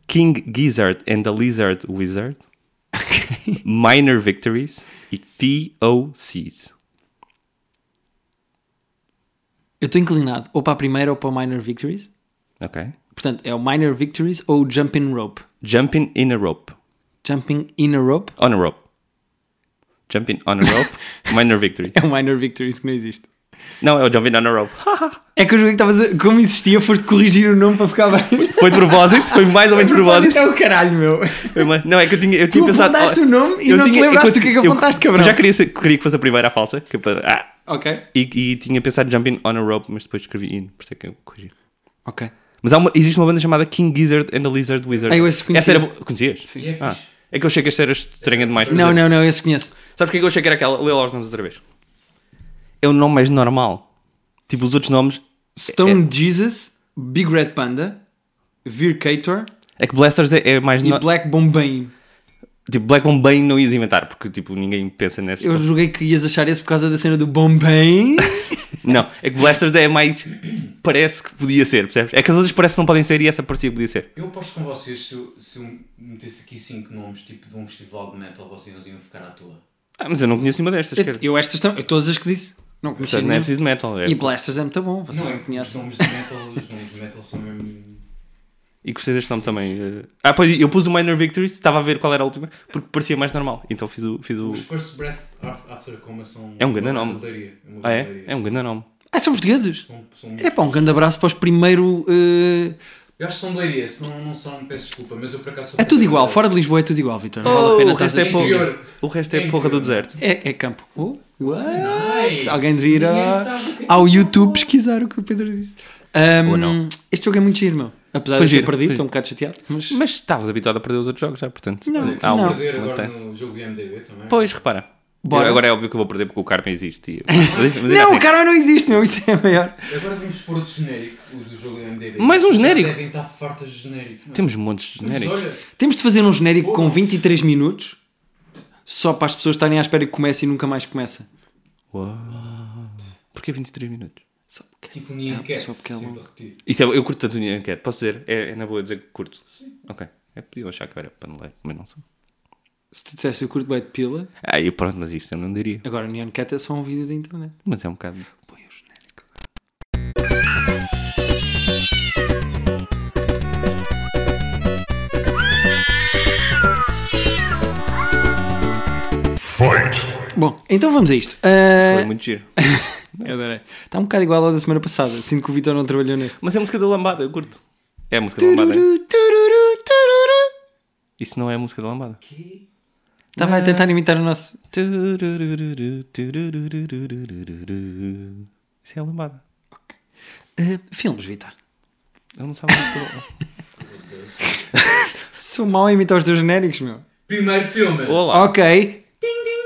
[SPEAKER 2] King Gizzard and the Lizard Wizard. Minor Victories e TOCs.
[SPEAKER 1] Eu estou inclinado ou para a primeira ou para o Minor Victories.
[SPEAKER 2] Ok.
[SPEAKER 1] Portanto, é o Minor Victories ou o Jumping Rope.
[SPEAKER 2] Jumping in a rope.
[SPEAKER 1] Jumping in a Rope
[SPEAKER 2] On a rope. Jumping on a rope. Minor Victories.
[SPEAKER 1] é o Minor Victories que não existe.
[SPEAKER 2] Não, é o Jumping on a rope.
[SPEAKER 1] É que eu joguei que estavas a... Como existia, foste corrigir o nome para ficar bem.
[SPEAKER 2] Foi de propósito. Foi mais ou menos de propósito.
[SPEAKER 1] Isso é o caralho, meu.
[SPEAKER 2] Foi mais- Não, é que eu tinha, eu tinha
[SPEAKER 1] Tu
[SPEAKER 2] pensado...
[SPEAKER 1] apontaste o nome e não te lembraste do que é que apontaste, cabrão.
[SPEAKER 2] Eu já queria, ser- queria que fosse a primeira a falsa. Que, é para- ah,
[SPEAKER 1] Ok.
[SPEAKER 2] E, e tinha pensado Jumping on a Rope, mas depois escrevi in, por isso é que eu corrigi.
[SPEAKER 1] Ok.
[SPEAKER 2] Mas há uma- existe uma banda chamada King Gizzard and the Lizard Wizard.
[SPEAKER 1] Ah, eu esse conhecia.
[SPEAKER 2] Essa era bo- Conhecias?
[SPEAKER 3] E é fixe.
[SPEAKER 2] Ah, é que eu achei que esta era estranha demais.
[SPEAKER 1] Não, não, não, esse conheço.
[SPEAKER 2] Sabes porque é que eu achei que era aquela? Lê lá os nomes outra vez. É o nome mais normal. Tipo, os outros nomes... É.
[SPEAKER 1] Stone Jesus, Big Red Panda, Vircator
[SPEAKER 2] É que Blasters é, é mais...
[SPEAKER 1] e
[SPEAKER 2] no-
[SPEAKER 1] Black Bombay.
[SPEAKER 2] Tipo, Black Bombay não ias inventar, porque tipo, ninguém pensa nessa.
[SPEAKER 1] Eu joguei que ias achar esse por causa da cena do Bombay.
[SPEAKER 2] Não, é que Blasters é mais... Parece que podia ser, percebes? É que as outras parece que não podem ser e essa parecia que podia ser.
[SPEAKER 3] Eu aposto com vocês, se eu, se eu metesse aqui 5 nomes, tipo de um festival de metal, vocês não iam ficar à toa.
[SPEAKER 2] Ah, mas eu não conheço nenhuma destas, cara.
[SPEAKER 1] eu estas estão, eu todas as que disse. Não conheci
[SPEAKER 2] Portanto, não é
[SPEAKER 1] nenhuma.
[SPEAKER 2] preciso metal. É.
[SPEAKER 1] E Blasters é muito bom, vocês
[SPEAKER 3] Não,
[SPEAKER 1] não,
[SPEAKER 3] é que os
[SPEAKER 1] conhecem.
[SPEAKER 3] nomes de metal, os nomes de metal são mesmo...
[SPEAKER 2] E gostei deste nome também. eh. Ah, pois eu pus o Minor Victories, estava a ver qual era a última, porque parecia mais normal. Então fiz o. Fiz o...
[SPEAKER 3] Os First Breath Af- After Coma são...
[SPEAKER 2] É um grande
[SPEAKER 3] uma
[SPEAKER 2] nome.
[SPEAKER 3] bandeirinha, uma
[SPEAKER 2] Ah, é?
[SPEAKER 3] bandeirinha.
[SPEAKER 2] É um grande nome.
[SPEAKER 1] Ah, são portugueses?
[SPEAKER 3] São- são-
[SPEAKER 1] É pá, um grande abraço para os primeiro... eh,
[SPEAKER 3] Eu acho que são de Leiria, se não, não são, peço desculpa, mas eu por acaso... sou
[SPEAKER 1] É tudo
[SPEAKER 3] de
[SPEAKER 1] igual,
[SPEAKER 3] Leiria.
[SPEAKER 1] fora de Lisboa é tudo igual, Vitor. Não vale a
[SPEAKER 2] Oh,
[SPEAKER 1] pena
[SPEAKER 2] o,
[SPEAKER 1] estás
[SPEAKER 2] resto
[SPEAKER 1] a
[SPEAKER 2] é
[SPEAKER 1] dizer.
[SPEAKER 2] porra,
[SPEAKER 3] Interior.
[SPEAKER 2] o resto é
[SPEAKER 3] É
[SPEAKER 2] porra do
[SPEAKER 3] interior.
[SPEAKER 2] deserto.
[SPEAKER 1] É, é campo. Oh, what?
[SPEAKER 3] Nice.
[SPEAKER 1] Alguém devia ir
[SPEAKER 3] Ninguém
[SPEAKER 1] a-
[SPEAKER 3] sabe o que é
[SPEAKER 1] ao
[SPEAKER 3] que-
[SPEAKER 1] YouTube pesquisar o que o Pedro disse. Ahm,
[SPEAKER 2] Ou não.
[SPEAKER 1] Este jogo é muito giro, meu. Apesar
[SPEAKER 2] Foi
[SPEAKER 1] de eu ter
[SPEAKER 2] giro,
[SPEAKER 1] perdido,
[SPEAKER 2] foi
[SPEAKER 1] estou um bocado chateado. Mas...
[SPEAKER 2] Mas estavas habituado a perder os outros jogos já, portanto.
[SPEAKER 1] Não,
[SPEAKER 2] há
[SPEAKER 3] Vou
[SPEAKER 1] não.
[SPEAKER 2] um-
[SPEAKER 3] perder agora
[SPEAKER 2] acontece.
[SPEAKER 3] no jogo de MDB também.
[SPEAKER 2] Pois, repara.
[SPEAKER 1] Bora.
[SPEAKER 2] Eu- agora é óbvio que eu vou perder porque o Carmen existe. e- Mas- mas ainda
[SPEAKER 1] Não,
[SPEAKER 2] assim.
[SPEAKER 1] o Karma não existe, meu. Isso é maior.
[SPEAKER 3] Agora vimos pôr outro genérico, o do jogo de MDB.
[SPEAKER 2] Mais um
[SPEAKER 3] Já
[SPEAKER 2] genérico? um
[SPEAKER 3] Devem estar fartas de genérico. não é?
[SPEAKER 2] Temos montes de
[SPEAKER 3] Mas
[SPEAKER 2] genéricos.
[SPEAKER 3] olha,
[SPEAKER 1] Temos de fazer um genérico com
[SPEAKER 3] Foda-se.
[SPEAKER 1] 23 minutos só para as pessoas estarem à espera que comece e nunca mais começa.
[SPEAKER 2] Uau. Porquê 23 minutos?
[SPEAKER 1] Só porque-
[SPEAKER 3] tipo um Nyan Cat,
[SPEAKER 1] só porque é
[SPEAKER 3] sempre
[SPEAKER 1] longo.
[SPEAKER 3] a repetir.
[SPEAKER 2] Isso é, eu curto tanto o Nyan Cat. Posso dizer? É, é na boa dizer que curto. Sim. Ok. É, podia achar que eu era paneleiro, mas não sou.
[SPEAKER 1] Se tu dissesse eu curto bem de pila,
[SPEAKER 2] Ah, e pronto, mas isso eu não diria.
[SPEAKER 1] agora Neon Cat é só um vídeo da internet.
[SPEAKER 2] Mas é um bocado.
[SPEAKER 1] Põe o genérico. Bom, então vamos a isto. Ah,
[SPEAKER 2] Foi muito giro.
[SPEAKER 1] eu adorei. Está um bocado igual ao da semana passada. Sinto que o Vitor não trabalhou neste.
[SPEAKER 2] Mas é a música da lambada, eu curto. É a música da lambada. é? Isso não é a música da lambada.
[SPEAKER 3] Que?
[SPEAKER 1] Estava a tentar imitar o nosso.
[SPEAKER 2] Isso é a lambada.
[SPEAKER 1] Ah, filmes, Vitor.
[SPEAKER 2] Ele não sabe a música da lambada.
[SPEAKER 1] Sou mau a imitar os teus genéricos, meu.
[SPEAKER 3] Primeiro filme.
[SPEAKER 2] Olá.
[SPEAKER 1] Ok,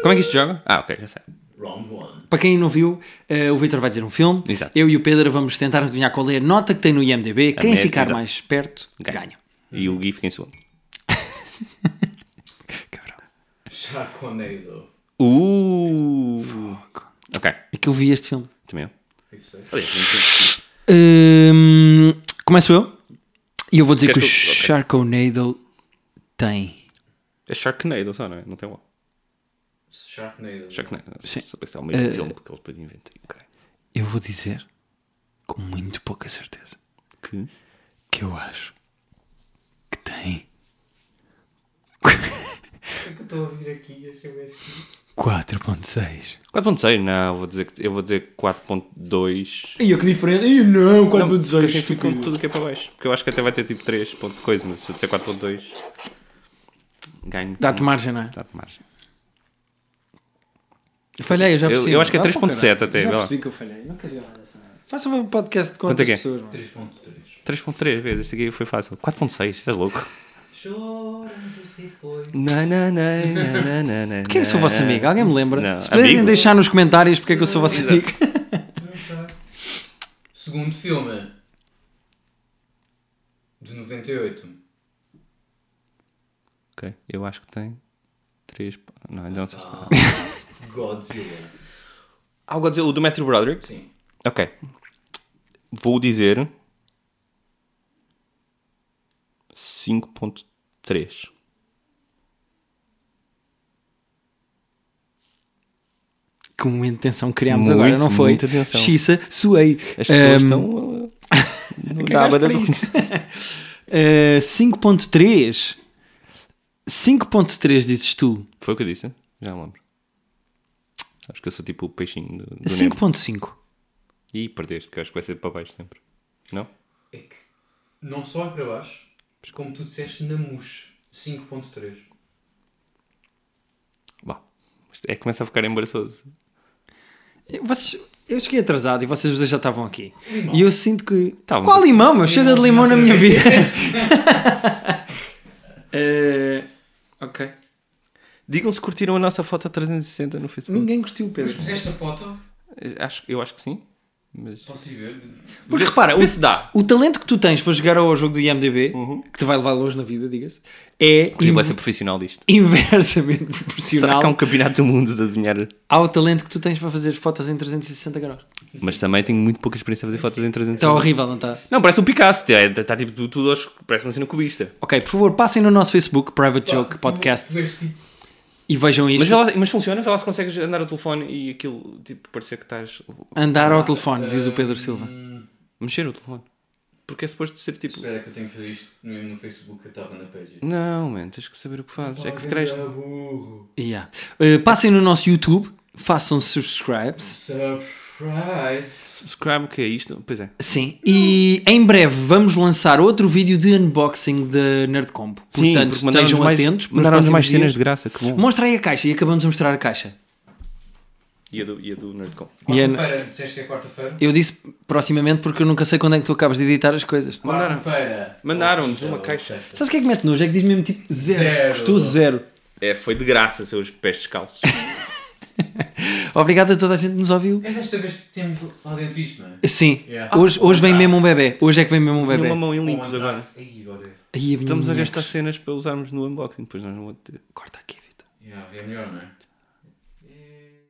[SPEAKER 2] Como é que isto joga? Ah, ok, já sei.
[SPEAKER 3] Round 1.
[SPEAKER 1] Para quem não viu, eh, o Vitor vai dizer um filme.
[SPEAKER 2] Exato.
[SPEAKER 1] Eu e o Pedro vamos tentar adivinhar qual é a nota que tem no IMDb. Quem
[SPEAKER 2] média,
[SPEAKER 1] ficar
[SPEAKER 2] exato.
[SPEAKER 1] mais perto ganha.
[SPEAKER 2] E o Gui fica em segundo.
[SPEAKER 3] Sharknado.
[SPEAKER 2] Uh. Ok,
[SPEAKER 1] É que eu vi este filme.
[SPEAKER 2] também eu.
[SPEAKER 3] Eu sei.
[SPEAKER 2] Aliás,
[SPEAKER 1] Hum, começo eu. E eu vou dizer que o
[SPEAKER 2] Queres tu? Ok.
[SPEAKER 1] Sharknado tem.
[SPEAKER 2] É Sharknado só, não é? Não tem o
[SPEAKER 3] Sharknado.
[SPEAKER 2] Sharknado. Só para ser o mesmo filme porque ele depois inventa. Ok.
[SPEAKER 1] Eu vou dizer com muito pouca certeza.
[SPEAKER 2] Que?
[SPEAKER 1] que eu acho que tem
[SPEAKER 3] É que eu estou a vir aqui e a ser o SQ.
[SPEAKER 1] 4.6.
[SPEAKER 2] 4.6? Não, vou dizer, que- eu vou dizer 4.2.
[SPEAKER 1] E que diferente? Ih, não,
[SPEAKER 2] Não, porque assim fico com
[SPEAKER 1] estúpido.
[SPEAKER 2] tudo o que é para baixo. Porque eu acho que até vai ter tipo 3 ponto de coisa, mas se eu disser 4.2, ganho.
[SPEAKER 1] Dá-te margem, não é?
[SPEAKER 2] Dá-te margem.
[SPEAKER 1] Falhei, eu já
[SPEAKER 2] Eu-
[SPEAKER 1] percebi.
[SPEAKER 2] eu acho que é
[SPEAKER 1] Ah,
[SPEAKER 2] 3.7
[SPEAKER 1] pô, caralho.
[SPEAKER 2] até,
[SPEAKER 1] Já
[SPEAKER 2] vá lá.
[SPEAKER 1] percebi que eu falhei. Não queres gravar dessa merda. Faça um podcast com
[SPEAKER 2] Quanto é
[SPEAKER 1] outras
[SPEAKER 2] que é?
[SPEAKER 1] pessoas, mano.
[SPEAKER 3] 3.3.
[SPEAKER 2] 3.3 vezes, este aqui foi fácil. 4.6, estás é louco?
[SPEAKER 3] Chorando se foi.
[SPEAKER 2] Não, não, não, não, não, não.
[SPEAKER 1] Porquê eu sou vosso amigo? Alguém me lembra?
[SPEAKER 2] É, Não.
[SPEAKER 1] Se puderem
[SPEAKER 2] Amigo?
[SPEAKER 1] deixar nos comentários porque é que eu sou vosso
[SPEAKER 2] Exato.
[SPEAKER 1] amigo.
[SPEAKER 3] Não está. Segundo filme. De 98.
[SPEAKER 2] Ok, eu acho que tem 3. Não, ainda não sei se está.
[SPEAKER 3] Ah, Godzilla.
[SPEAKER 2] Ah, o Godzilla, o do Matthew Broderick?
[SPEAKER 3] Sim.
[SPEAKER 2] Ok. Vou dizer 5.3.
[SPEAKER 1] Que momento de tensão criámos
[SPEAKER 2] Muito,
[SPEAKER 1] agora, não foi?
[SPEAKER 2] muita tensão.
[SPEAKER 1] Xissa, suei.
[SPEAKER 2] As pessoas
[SPEAKER 1] Ahm,
[SPEAKER 2] estão ah, no- na
[SPEAKER 1] Ehm. cagaste
[SPEAKER 2] aba da
[SPEAKER 1] para
[SPEAKER 2] do...
[SPEAKER 1] isto. ah, 5.3. 5.3 dizes tu.
[SPEAKER 2] Foi o que eu disse? Já me lembro. Acho que eu sou tipo o peixinho do, do Nemo.
[SPEAKER 1] 5.5.
[SPEAKER 2] Ih, perdeste, porque eu acho que vai ser para baixo sempre. Não?
[SPEAKER 3] É que não só é para baixo, mas como tu disseste na mousse. 5.3.
[SPEAKER 2] Vá. Isto É que começa a ficar embaraçoso.
[SPEAKER 1] Vocês- eu cheguei atrasado e vocês já estavam aqui. E eu sinto que.
[SPEAKER 2] Estavam.
[SPEAKER 1] Qual limão, meu? Chega de limão na minha vida. Eh, ok.
[SPEAKER 2] Digam se curtiram a nossa foto 360 no Facebook.
[SPEAKER 1] Ninguém curtiu o
[SPEAKER 3] Mas
[SPEAKER 1] Pedro.
[SPEAKER 3] puseste a foto?
[SPEAKER 2] Acho, eu acho que sim. Mas...
[SPEAKER 3] Posso ir ver?
[SPEAKER 1] Porque repara, o,
[SPEAKER 2] Vê se dá.
[SPEAKER 1] o talento que tu tens para jogar ao jogo do IMDB, que te vai levar longe na vida, diga-se, é
[SPEAKER 2] Quem vai
[SPEAKER 1] in-
[SPEAKER 2] ser profissional disto?
[SPEAKER 1] inversamente
[SPEAKER 2] Será
[SPEAKER 1] proporcional
[SPEAKER 2] que há um campeonato do mundo de adivinhar?
[SPEAKER 1] ao talento que tu tens para fazer fotos em 360 graus.
[SPEAKER 2] Mas também tenho muito pouca experiência a fazer fotos em 360.
[SPEAKER 1] Está horrível, não está?
[SPEAKER 2] Tá Não, parece um Picasso. Está tipo tudo, tudo aos- parece uma cena cubista.
[SPEAKER 1] Ok, por favor, passem no nosso Facebook, Private Joke
[SPEAKER 3] Tu,
[SPEAKER 1] Podcast,
[SPEAKER 3] tu és tipo.
[SPEAKER 1] e vejam isto.
[SPEAKER 2] Mas, vê lá- mas funciona, vê lá se consegues andar ao telefone e aquilo, tipo, parecer que estás...
[SPEAKER 1] Andar ao telefone, diz o Pedro
[SPEAKER 3] hum,
[SPEAKER 1] Silva.
[SPEAKER 2] Mexer o telefone. Porque é suposto ser tipo...
[SPEAKER 3] Espera que eu tenho que fazer isto mesmo no Facebook que eu estava na page.
[SPEAKER 2] Não, mano, tens que saber o que fazes. É que se queres...
[SPEAKER 3] Olha, burro.
[SPEAKER 1] Yeah. Uh, passem no nosso YouTube, façam subscribes.
[SPEAKER 3] Surprise.
[SPEAKER 2] Subscribe, o que é isto? Pois é.
[SPEAKER 1] Sim. E em breve vamos lançar outro vídeo de unboxing da Nerdcombo. Portanto, estejam atentos. para os próximos
[SPEAKER 2] mandaram-nos mais cenas
[SPEAKER 1] dias.
[SPEAKER 2] de graça, que bom.
[SPEAKER 1] Mostra aí a caixa e acabamos de mostrar a caixa.
[SPEAKER 2] E a do, e a do Nerdcom.
[SPEAKER 1] E a-
[SPEAKER 3] Quarta-feira. Disseste que é quarta-feira?
[SPEAKER 1] Eu disse proximamente porque eu nunca sei quando é que tu acabas de editar as coisas.
[SPEAKER 2] Mandaram.
[SPEAKER 3] Quarta-feira.
[SPEAKER 2] Mandaram-nos
[SPEAKER 3] Ou
[SPEAKER 2] uma
[SPEAKER 3] quinta,
[SPEAKER 2] caixa.
[SPEAKER 3] ou sexta.
[SPEAKER 1] Sabes o que é que mete nojo? É que diz mesmo tipo zero.
[SPEAKER 3] Zero.
[SPEAKER 1] Custou zero.
[SPEAKER 2] É, foi de graça, seus pés descalços.
[SPEAKER 1] Obrigado a toda a gente que nos ouviu.
[SPEAKER 3] É desta vez que temos lá dentro isto, não é?
[SPEAKER 1] Sim.
[SPEAKER 3] Yeah.
[SPEAKER 1] Hoje,
[SPEAKER 3] Ah,
[SPEAKER 1] hoje vem
[SPEAKER 3] um
[SPEAKER 1] mesmo um bebê. Hoje é que vem mesmo um
[SPEAKER 2] Tenho
[SPEAKER 1] bebê.
[SPEAKER 2] uma mão em
[SPEAKER 3] Com
[SPEAKER 2] limpos agora.
[SPEAKER 3] Antrax. Aí, olha.
[SPEAKER 1] Aí, a minha
[SPEAKER 2] Estamos a
[SPEAKER 1] mulher.
[SPEAKER 2] gastar cenas para usarmos no unboxing, depois nós não vamos ter.
[SPEAKER 1] Corta aqui, Vitor.
[SPEAKER 3] Yeah, é melhor, não é? É-